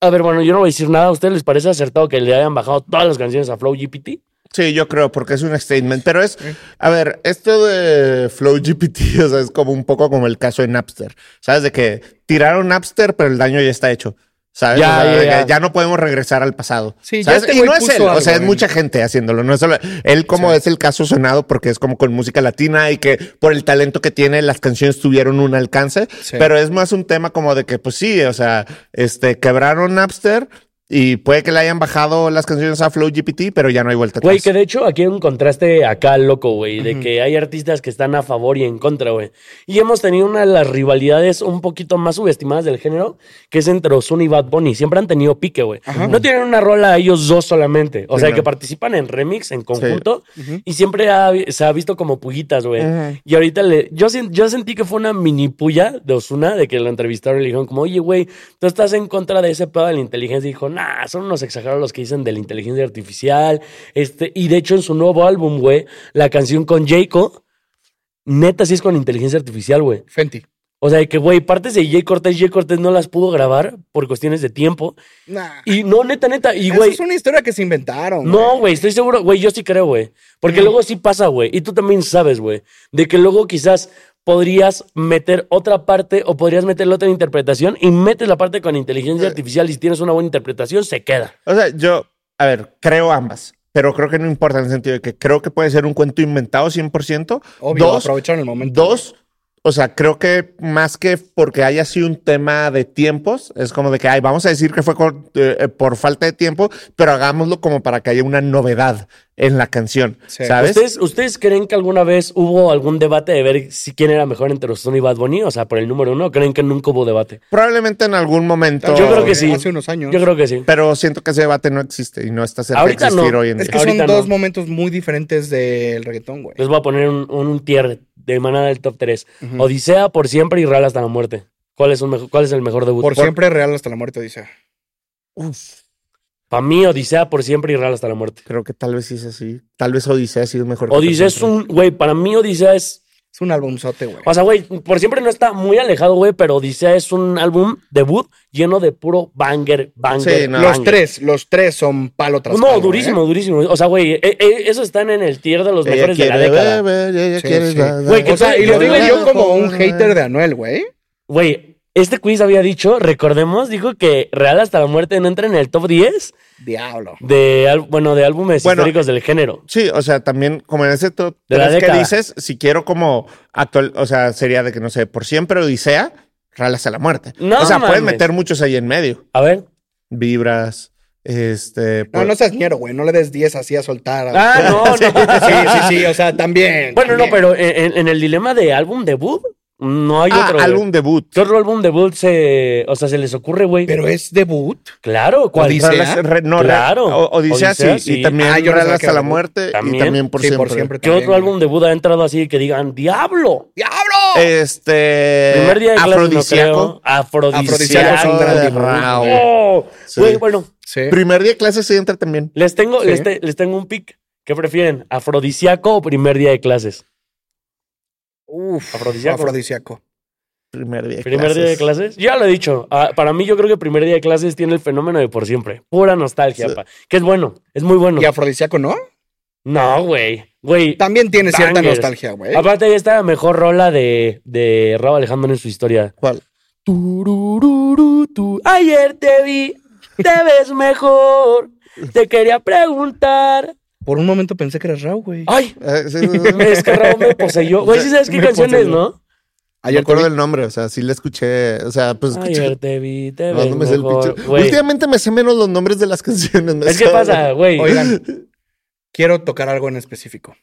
S2: a ver, bueno, yo no voy a decir nada. ¿A ustedes les parece acertado que le hayan bajado todas las canciones a Flow GPT?
S3: Sí, yo creo, porque es un statement. Pero es, a ver, esto de Flow GPT, [LAUGHS] o sea, es como un poco como el caso de Napster. ¿Sabes? De que tiraron Napster, pero el daño ya está hecho. ¿Sabes?
S2: Ya,
S3: O sea, de
S2: ya,
S3: que
S2: ya.
S3: ya no podemos regresar al pasado.
S1: Sí, ya
S3: ¿sabes?
S1: este
S3: y
S1: güey
S3: no es
S1: puso
S3: él, o sea, es
S1: algo en-
S3: mucha gente haciéndolo. No es solo él, como es el caso sonado, porque es como con música latina y que por el talento que tiene, las canciones tuvieron un alcance.
S1: Sí.
S3: Pero es más un tema como de que, pues sí, o sea, este, quebraron Napster. Y puede que le hayan bajado las canciones a Flow GPT, pero ya no hay vuelta atrás.
S2: Güey, que de hecho aquí hay un contraste acá loco, güey, de que hay artistas que están a favor y en contra, güey. Y hemos tenido una de las rivalidades un poquito más subestimadas del género, que es entre Ozuna y Bad Bunny. Siempre han tenido pique, güey.
S1: Ah.
S2: No tienen una rola ellos dos solamente. O
S3: Sí,
S2: sea,
S3: no.
S2: que participan en remix, en conjunto, y siempre ha- se ha visto como puguitas, güey.
S3: Ujú.
S2: Y ahorita le, yo, sen- yo sentí que fue una mini puya de Osuna, de que lo entrevistaron y le dijeron como, oye, güey, tú estás en contra de ese pedo de la inteligencia. Y dijo, nah, son unos exagerados los que dicen de la inteligencia artificial. Este, y de hecho, en su nuevo álbum, güey, la canción con Jayco, neta sí es con inteligencia artificial, güey.
S1: Fenty.
S2: O sea, de que, güey, partes de Jay Cortés, Jay Cortés no las pudo grabar por cuestiones de tiempo.
S1: Nah.
S2: Y no, neta, neta, y
S1: Esa
S2: güey...
S1: es una historia que se inventaron. güey. Mm.
S2: No, güey, estoy seguro, güey, yo sí creo, güey. Porque luego sí pasa, güey. Y tú también sabes, güey. De que luego quizás podrías meter otra parte o podrías meter otra interpretación y metes la parte con inteligencia artificial y si tienes una buena interpretación, se queda.
S3: O sea, yo, a ver, creo ambas, pero creo que no importa en el sentido de que creo que puede ser un cuento inventado 100%.
S1: Obvio,
S3: dos,
S1: aprovecharon el momento.
S3: dos, o sea, creo que más que porque haya sido un tema de tiempos, es como de que, ay, vamos a decir que fue con- eh, eh, por falta de tiempo, pero hagámoslo como para que haya una novedad en la canción,
S1: Sí.
S3: ¿sabes?
S2: ¿Ustedes, ¿Ustedes creen que alguna vez hubo algún debate de ver si quién era mejor entre Ozuna y Bad Bunny? O sea, por el número uno, ¿creen que nunca hubo debate?
S3: Probablemente en algún momento,
S2: Yo creo que sí.
S1: Hace unos años.
S2: Yo creo que sí.
S3: pero siento que ese debate no existe y no está cerca de
S2: Ahorita no.
S3: existir hoy en día.
S1: Es que
S2: Ahorita
S1: son
S2: no.
S1: dos momentos muy diferentes del reggaetón, güey. Mm.
S2: Les voy a poner un, un, un tier de manada del top 3. Odisea por siempre y Real hasta la muerte. ¿Cuál es, un mejo- cuál es el mejor debut?
S1: Por siempre real hasta la muerte, dice.
S2: Para mí, Odisea por siempre y Real hasta la muerte.
S3: Creo que tal vez sí es así. Tal vez Odisea sí es mejor. que
S2: Odisea es
S3: Persona.
S2: un, güey, para mí Odisea es...
S1: Es un albumzote, güey.
S2: O sea, güey, por siempre no está muy alejado, güey, pero Odisea es un álbum debut lleno de puro banger, banger.
S3: Sí, no.
S1: Los
S2: banger.
S1: tres, los tres son palo tras palo.
S2: No, durísimo,
S1: ¿eh?
S2: durísimo. O sea, güey, eh, eh, esos están en el tier de los
S3: Ella
S2: mejores de la
S3: quiere
S2: década.
S3: beber, ella
S1: Sí,
S3: quiere
S1: sí.
S3: dar-
S2: Güey, que
S1: ¿eh? O sea, y
S2: Yo
S1: lo digo
S2: digo-
S1: yo como un hater de Anuel, güey.
S2: Güey, este quiz había dicho, recordemos, dijo que Real hasta la muerte no entra en el top 10
S1: Diablo.
S2: de, al- bueno, de álbumes
S3: Bueno.
S2: históricos del género.
S3: Sí, o sea, también como en ese top
S2: De la
S3: tres que
S2: década.
S3: dices, si quiero como actual, o sea, sería de que no sé, por siempre Odisea, ralas a la muerte.
S2: No
S3: o sea, puedes
S2: mames.
S3: meter muchos ahí en medio.
S2: A ver.
S3: Vibras, este.
S1: No,
S3: pues-
S1: no seas ñero, güey. No le des 10 así a soltar.
S2: Ah, no,
S3: [LAUGHS]
S2: no.
S1: [LAUGHS] Sí, sí, sí. O sea, también.
S2: Bueno, no,
S1: también.
S2: pero en, en el dilema de álbum debut, no hay
S3: Ah,
S2: otro. güey.
S3: álbum debut.
S2: ¿Qué otro álbum debut se, o sea, se les ocurre, güey?
S1: Pero es debut.
S2: claro, ¿cuál?
S1: Odisea.
S3: Ralas- re- no,
S2: Claro.
S3: ra- o- Odisea,
S2: Odisea,
S3: sí,
S2: sí.
S3: Y también
S1: Ah, yo no sabía
S3: ralas
S1: que
S3: a
S1: era
S3: la
S1: debut.
S3: muerte y
S2: También.
S3: también por
S1: Sí,
S3: siempre.
S1: por siempre.
S2: ¿Qué
S1: también,
S2: otro
S1: güey.
S2: álbum debut ha entrado así que digan, diablo?
S3: Eh,
S1: ¡Diablo!
S3: Este.
S2: Primer día de clase, no creo.
S3: afrodisíaco.
S1: Eh, Afrodisíaco es un
S2: Afrodisíaco.
S1: gran
S3: de
S1: debut,
S3: Rao.
S2: Oh,
S3: Sí.
S2: Güey, bueno,
S1: Sí.
S3: Primer día de clase sí entra también.
S2: les tengo,
S1: Sí.
S2: les, te- les tengo un pick. ¿Qué prefieren? ¿Afrodisíaco o primer día de clases?
S1: Uf.
S2: Afrodisíaco.
S1: Afrodisíaco.
S3: Primer día de
S2: ¿Primer día de
S3: clases.
S2: clases? Ya lo he dicho. ah, para mí, yo creo que primer día de clases tiene el fenómeno de por siempre. Pura nostalgia,
S3: Sí.
S2: pa. Que es bueno, es muy bueno.
S1: Y afrodisíaco, ¿no?
S2: No, güey. Güey.
S1: También tiene cierta
S2: Bangers. Ah.
S1: nostalgia, güey.
S2: Aparte, ahí está la mejor rola de, de Raúl Alejandro en su historia.
S3: ¿Cuál?
S2: Turururu, tu- Ayer te vi,
S3: [LAUGHS]
S2: te ves mejor. Te quería preguntar.
S1: Por un momento pensé que eras Raúl, güey.
S3: [LAUGHS]
S2: Ay,
S3: Eh, sí, sí, sí.
S2: [LAUGHS] es que Raúl me poseyó. Güey, sí sabes qué
S1: Me
S2: canción es,
S1: poseyó.
S2: ¿no?
S3: me
S1: Ayer te
S3: acuerdo
S1: vi.
S3: del nombre, o sea, sí la escuché. O sea, pues escuché.
S2: Ayer te vi, te
S3: No,
S2: ves
S3: no me sé el
S2: mejor.
S3: pinche-
S2: Güey,
S3: Últimamente me sé menos los nombres de las [LAUGHS] canciones. me
S2: Es que
S3: sé-
S2: pasa, güey.
S1: Oigan, [LAUGHS] quiero tocar algo en específico.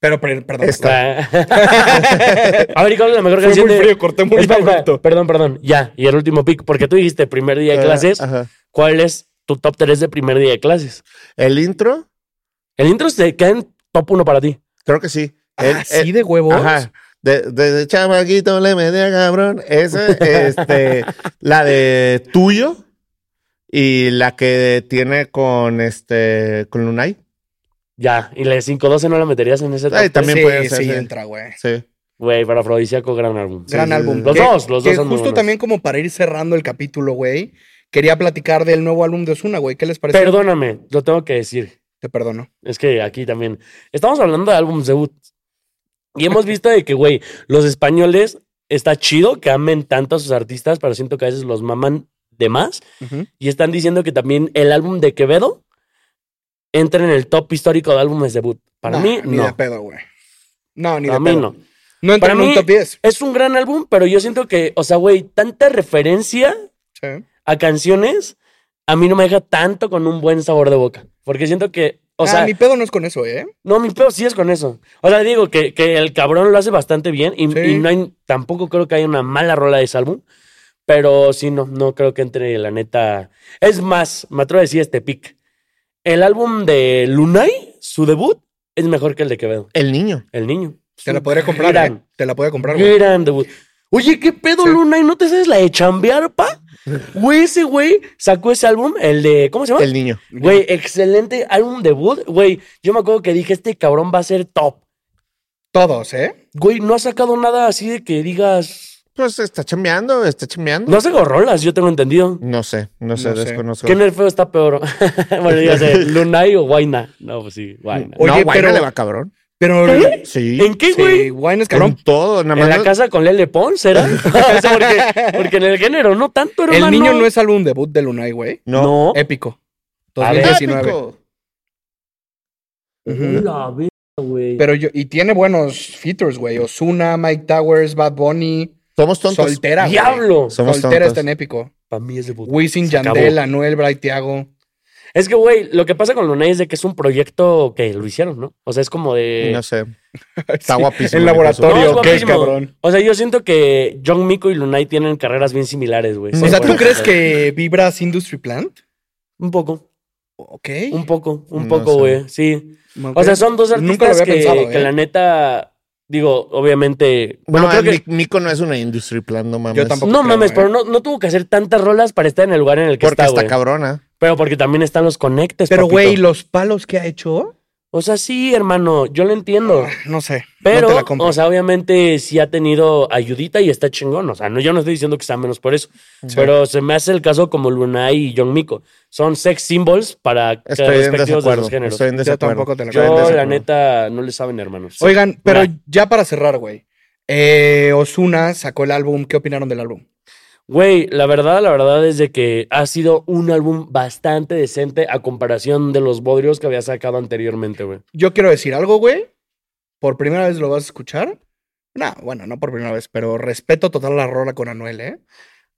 S1: Pero, per- perdón.
S3: Esta.
S2: Va. Ah. [LAUGHS] A ver, ¿y cuál es la mejor
S1: Fue
S2: canción
S1: muy
S2: de-
S1: frío, corté muy
S2: Espera, espera,
S1: abrupto.
S2: Perdón, perdón. Ya, y el último pick, porque tú dijiste primer día de
S3: Ah,
S2: clases.
S3: ajá.
S2: ¿Cuál es tu top 3 de primer día de clases?
S3: El intro,
S2: El intro se queda en top 1 para ti.
S3: creo que sí.
S2: Ah,
S3: El-
S1: ¿Así
S3: el-
S1: Ah, de huevos?
S3: Ajá. De, de, de chamaquito le metía cabrón.
S2: [LAUGHS]
S3: Esa, este, la de tuyo y la que tiene con este, con Lunay.
S2: Ya, y la de 512 no la meterías en ese top.
S3: Ay,
S2: tres?
S3: también
S1: sí,
S3: puede ser,
S1: sí,
S2: ¿eh?
S3: sí.
S1: entra, güey.
S3: Sí.
S2: Güey, para Afrodisíaco, gran álbum.
S1: Gran
S3: sí,
S1: álbum.
S3: sí.
S2: Los
S1: Que-
S2: dos, los dos
S1: que
S2: son muy
S1: justo
S2: buenos.
S1: también como para ir cerrando el capítulo, güey, quería platicar del nuevo álbum de Osuna, güey. ¿Qué les parece?
S2: Perdóname, lo tengo que decir.
S1: Te perdono.
S2: Es que aquí también. Estamos hablando de álbumes debut. Y hemos visto de que, güey, los españoles está chido que amen tanto a sus artistas, pero siento que a veces los maman de más.
S1: Ujú.
S2: Y están diciendo que también el álbum de Quevedo entra en el top histórico de álbumes debut. Para
S1: Nah,
S2: mí,
S1: ni
S2: no.
S1: de pedo, güey. No, ni
S2: Para
S1: de
S2: mí,
S1: pedo.
S2: no.
S1: No entra
S2: Para
S1: en
S2: mí-
S1: un top 10.
S2: Es un gran álbum, pero yo siento que, o sea, güey, tanta referencia
S1: Sí.
S2: a canciones a mí no me deja tanto con un buen sabor de boca. Porque siento que, o
S1: Ah,
S2: sea,
S1: mi pedo no es con eso, ¿eh?
S2: no, mi pedo sí es con eso. O sea, digo que, que el cabrón lo hace bastante bien y,
S1: Sí.
S2: y no hay, tampoco creo que haya una mala rola de ese álbum. Pero sí, no, no creo que entre la neta. Es más, me atrevo a decir este pick. El álbum de Lunay, su debut, es mejor que el de Quevedo.
S3: El niño.
S2: El niño.
S1: Te la podría comprar, ¿eh?
S2: Gran.
S1: güey. Te la podría comprar, güey.
S2: Gran debut. Oye, ¿qué pedo,
S1: Sí.
S2: Luna? ¿Y no te sabes la de chambear, pa? Güey, ese güey sacó ese álbum, el de. ¿Cómo se llama?
S3: El niño.
S2: Güey, excelente álbum debut. Güey, yo me acuerdo que dije, este cabrón va a ser top.
S1: Todos, ¿eh?
S2: Güey, no ha sacado nada así de que digas.
S3: Pues está chambeando, está chambeando.
S2: No hace gorrolas, yo tengo entendido.
S3: No sé, no sé,
S1: No sé.
S3: desconozco.
S2: ¿Qué nerfeo está peor? [LAUGHS] bueno, ya
S1: [LAUGHS]
S2: sé, Lunay o Guayna. No, pues sí, Guayna.
S1: Oye,
S3: no, Guayna
S1: pero-
S3: le va cabrón.
S1: Pero.
S3: Sí.
S2: ¿En qué, güey?
S1: Sí, Wine es
S3: En
S1: cabrón.
S3: todo, nada más.
S2: En la
S3: no-
S2: casa con Lele
S1: [LAUGHS]
S2: Pons, ¿era? [LAUGHS] O sea, porque, porque en el género no tanto, hermano.
S1: El niño no es álbum debut de Lunay, güey.
S3: No.
S2: No.
S1: Épico.
S2: A ver.
S1: 2019.
S3: Épico.
S1: Ujú.
S2: La verga, güey.
S1: Pero yo, y tiene buenos features, güey. Osuna, Mike Towers, Bad Bunny,
S3: Somos tontos.
S1: Soltera. güey.
S2: ¡Diablo!
S3: Somos
S1: Soltera
S3: tontos.
S1: está en épico.
S2: Para mí es debut.
S1: Wisin,
S2: Se acabó.
S1: Yandel, Anuel, Bray, Tiago.
S2: Es que, güey, lo que pasa con Lunay es de que es un proyecto que lo hicieron, ¿no? O sea, es como de.
S3: No sé. Está guapísimo.
S1: En
S3: mi
S1: laboratorio,
S2: No, es
S1: qué
S2: guapísimo.
S1: cabrón.
S2: O sea, yo siento que John Miko y Lunay tienen carreras bien similares, güey.
S3: Sí,
S1: Mm. o sea,
S2: Son
S1: ¿tú
S2: buenos
S1: crees
S2: actores.
S1: que vibras Industry Plant?
S2: Un poco,
S1: Ok.
S2: un poco, un
S3: No
S2: poco,
S3: sé.
S2: güey. Sí.
S1: Ok.
S2: O sea, son dos
S1: Nunca lo
S2: artistas
S1: había
S2: que,
S1: pensado,
S2: que
S1: ¿eh?
S2: la neta. Digo, obviamente.
S3: Bueno,
S2: Bueno, creo que.
S3: Mico no es una industry plan, no mames.
S1: Yo tampoco.
S2: No
S1: creo,
S2: mames,
S1: eh.
S2: pero no, no tuvo que hacer tantas rolas para estar en el lugar en el que
S3: Porque
S2: está,
S3: está
S2: güey.
S3: cabrona.
S2: Pero porque también están los conectes.
S1: Pero,
S2: papito.
S1: güey, los palos que ha hecho,
S2: O sea, sí, hermano, yo lo entiendo.
S1: no sé.
S2: Pero,
S1: no te la compro.
S2: o sea, obviamente sí ha tenido ayudita y está chingón. O sea, no, yo no estoy diciendo que sea menos por eso. Pero se me hace el caso como Lunay y John Miko. Son sex symbols para cada
S3: Estoy en
S2: respectivos de
S3: desacuerdo.
S2: los géneros.
S3: Estoy en
S1: Yo
S3: desacuerdo.
S1: tampoco te la
S3: Estoy en
S1: compro.
S2: Yo, la
S3: desacuerdo.
S2: neta, no le saben, hermanos.
S1: Oigan, pero
S2: Nah.
S1: ya para cerrar, güey. Eh, Osuna sacó el álbum. ¿Qué opinaron del álbum?
S2: Güey, la verdad, la verdad es de que ha sido un álbum bastante decente a comparación de los bodrios que había sacado anteriormente, güey.
S1: Yo quiero decir algo, güey. Por primera vez lo vas a escuchar. No, bueno, no por primera vez, pero respeto total la rola con Anuel, ¿eh?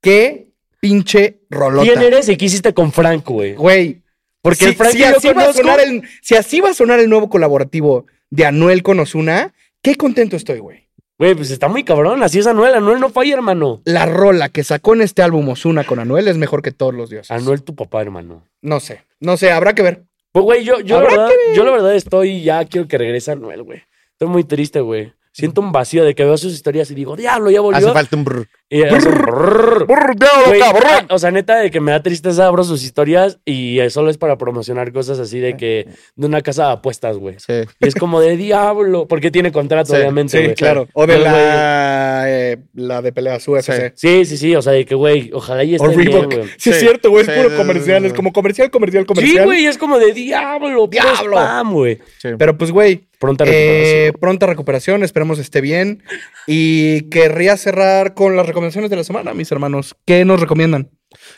S1: Qué pinche rolota.
S2: ¿Quién eres y qué hiciste con Franco, güey?
S1: Güey.
S2: Porque
S1: si,
S2: el Frankie
S1: si
S2: lo
S1: así va a
S2: conozco.
S1: sonar el, si así va a sonar el nuevo colaborativo de Anuel con Osuna, qué contento estoy, güey.
S2: Güey, pues está muy cabrón. Así es Anuel. Anuel no falla, hermano.
S1: La rola que sacó en este álbum Osuna con Anuel es mejor que todos los dioses.
S2: Anuel, tu papá, hermano.
S1: No sé, no sé, habrá que ver.
S2: Pues, güey, yo, yo, la
S1: Habrá
S2: verdad, yo la verdad estoy ya, quiero que regrese Anuel, güey. Estoy muy triste, güey. Siento un vacío de que veo sus historias y digo, diablo, ya volvió.
S3: Hace falta un brr.
S2: Y hace un brrr. Güey,
S1: cabrón!
S2: ah, o sea, neta, de que me da tristeza, abro sus historias y eh, solo es para promocionar cosas así de que de una casa de apuestas, güey.
S3: Sí.
S2: Y es como de diablo, porque tiene contrato,
S3: Sí,
S2: obviamente.
S1: Sí,
S2: güey.
S1: claro. O de
S2: Pero,
S1: la, eh, la de peleas UFC.
S3: Sí.
S2: Sí, sí, sí, o sea, de que, güey, ojalá y
S1: O
S2: esté Este bien,
S1: Reebok.
S2: güey.
S1: Sí, es
S3: Sí,
S1: cierto, güey. Es
S3: sí,
S1: puro
S3: sí,
S1: comercial.
S3: sí,
S1: Es
S3: sí.
S1: como comercial, comercial,
S2: Sí,
S1: comercial.
S2: güey, es como de
S1: Diablo.
S2: diablo, diablo. Spam, güey.
S3: sí.
S1: Pero pues, güey,
S2: Pronta
S1: eh,
S2: recuperación.
S1: pronta recuperación. Esperemos esté bien. Y querría cerrar con las recomendaciones de la semana, mis hermanos. ¿Qué nos recomiendan?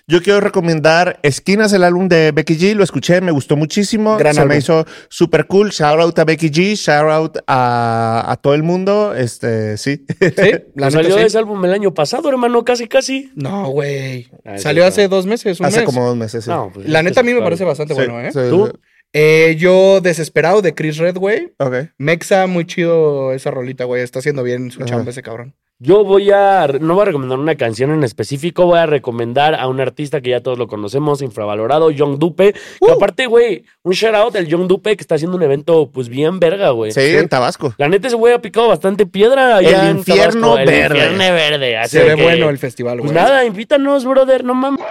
S3: Yo quiero recomendar Esquinas, el álbum de Becky G. Lo escuché, me gustó muchísimo.
S1: Gran
S3: Se
S1: álbum.
S3: me hizo súper cool. Shout out a Becky G. Shout out a, a todo el mundo. Este, sí. [LAUGHS]
S1: [LAUGHS] Sí, la
S2: Salió
S1: neta, sí.
S2: ese álbum el año pasado, hermano, casi, casi.
S1: No, güey.
S2: Ah, sí,
S1: Salió
S2: claro.
S1: hace dos meses, un
S3: Hace
S1: mes.
S3: como dos meses. sí.
S2: No, pues,
S1: La neta a mí me
S2: claro.
S1: parece bastante
S3: Sí,
S1: bueno, ¿eh?
S3: sí,
S2: ¿Tú?
S3: sí.
S1: Eh, Yo, Desesperado de Chris Red, güey.
S3: Ok.
S1: Mexa, muy chido esa rolita, güey. Está haciendo bien su
S3: Ajá.
S1: chamba ese cabrón.
S2: Yo voy a, no voy a recomendar una canción en específico, voy a recomendar a un artista que ya todos lo conocemos, infravalorado, John Dupe.
S1: Uh.
S2: Que aparte, güey, un shout out al John Dupe que está haciendo un evento, pues bien verga, güey.
S3: Sí, en Tabasco.
S2: La neta, ese güey ha picado bastante piedra. allá en
S3: infierno
S2: Tabasco,
S3: verde.
S2: El infierno verde. así
S1: Se ve
S2: que,
S1: bueno el festival,
S2: Pues
S1: güey.
S2: nada, invítanos, brother, no mames.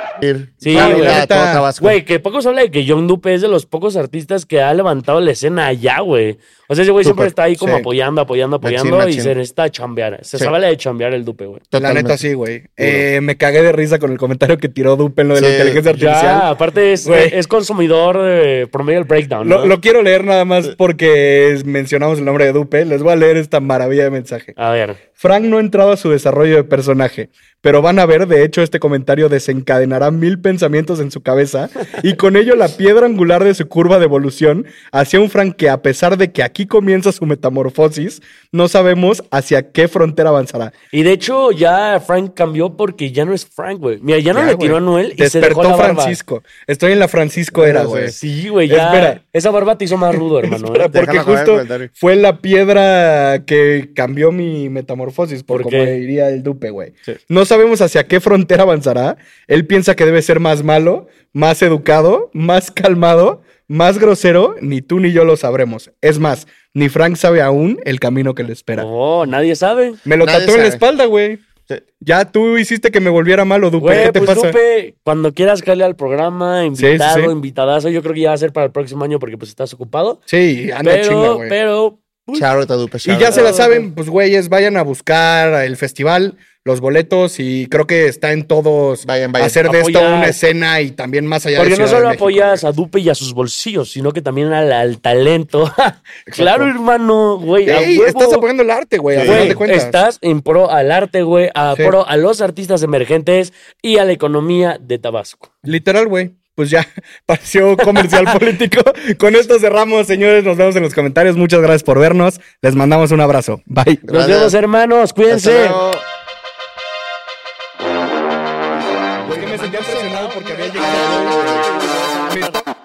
S2: Sí,
S3: Ah,
S2: güey.
S3: mira, todo
S1: Neta.
S3: Tabasco.
S2: Güey, que poco se habla de que John Dupe es de los pocos artistas que ha levantado la escena allá, güey. O sea, ese güey siempre
S3: Súper,
S2: está ahí como
S1: sí.
S2: apoyando, apoyando,
S3: Machín,
S2: apoyando y
S3: machín.
S2: se necesita chambear. Se
S3: Sí.
S2: sabe la de chambear el Dupe, güey.
S1: La
S3: Totalmente.
S1: neta sí, güey. Eh, me cagué de risa con el comentario que tiró Dupe en lo de la
S3: Sí,
S1: inteligencia
S2: Ya,
S1: artificial.
S2: aparte es,
S1: Güey.
S2: es consumidor eh, promedio del breakdown.
S1: Lo,
S2: ¿no?
S1: lo quiero leer nada más porque es- mencionamos el nombre de Dupe. Les voy a leer esta maravilla de mensaje.
S2: A ver.
S1: Frank no ha entrado a su desarrollo de personaje, pero van a ver, de hecho, este comentario desencadenará mil pensamientos en su cabeza y con ello la piedra angular de su curva de evolución hacia un Frank que, a pesar de que aquí comienza su metamorfosis, no sabemos hacia qué frontera avanzará.
S2: Y de hecho, ya Frank cambió porque ya no es Frank, güey. Mira, ya no
S1: Ya,
S2: le tiró
S1: güey.
S2: a Noel y se dejó
S1: Despertó
S2: la barba.
S1: Francisco. Estoy en la Francisco era,
S3: Sí,
S1: güey.
S2: Sí, güey, ya.
S1: Espera.
S2: Esa barba te hizo más rudo, hermano.
S1: Espera,
S2: ¿eh?
S1: Porque
S3: Déjalo acabar el
S1: justo
S3: comentario.
S1: fue la piedra que cambió mi metamorfosis, por,
S2: ¿Por
S1: como
S2: qué?
S1: diría el dupe, güey.
S3: Sí.
S1: No sabemos hacia qué frontera avanzará. Él piensa que debe ser más malo, más educado, más calmado, más grosero. Ni tú ni yo lo sabremos. Es más, ni Frank sabe aún el camino que le espera.
S2: No, nadie sabe.
S1: Me lo
S3: Nadie
S1: tatué en la
S3: sabe.
S1: espalda, güey.
S3: Sí.
S1: Ya tú hiciste que me volviera malo, dupe.
S2: Güey,
S1: ¿Qué te
S2: pues
S1: pasa?
S2: Lupe, cuando quieras caerle al programa,
S1: sí,
S2: invitado,
S1: sí.
S2: invitadazo, yo creo que ya va a ser para el próximo año porque pues estás ocupado.
S1: Sí, anda
S2: pero,
S1: Ah, chinga, güey.
S2: pero, uy,
S3: Shout out a Dupe,
S1: Y
S3: shout
S1: ya
S3: out.
S1: se la saben, pues güeyes, vayan a buscar el festival, los boletos y creo que está en todos
S3: Vayan, vayan.
S1: hacer de esto
S2: Apoyar.
S1: una escena y también más allá de
S2: porque no
S1: Ciudad de
S2: solo
S1: México,
S2: apoyas a Dupe y a sus bolsillos, sino que también al, al talento. [LAUGHS] claro, hermano, güey.
S1: güey.
S2: a
S1: Ey,
S2: huevo.
S1: estás apoyando el arte, güey, al
S3: Sí.
S1: final
S2: Güey,
S1: de cuentas.
S2: estás en pro al arte, güey, a
S1: Sí.
S2: pro a los artistas emergentes y a la economía de Tabasco.
S1: Literal, güey. Pues ya, [LAUGHS] pareció comercial político. Con esto cerramos, señores. Nos vemos en los comentarios. Muchas gracias por vernos. Les mandamos un abrazo. Bye.
S2: Nos
S3: Gracias.
S2: vemos, hermanos.
S3: Hasta
S2: Cuídense.
S3: luego.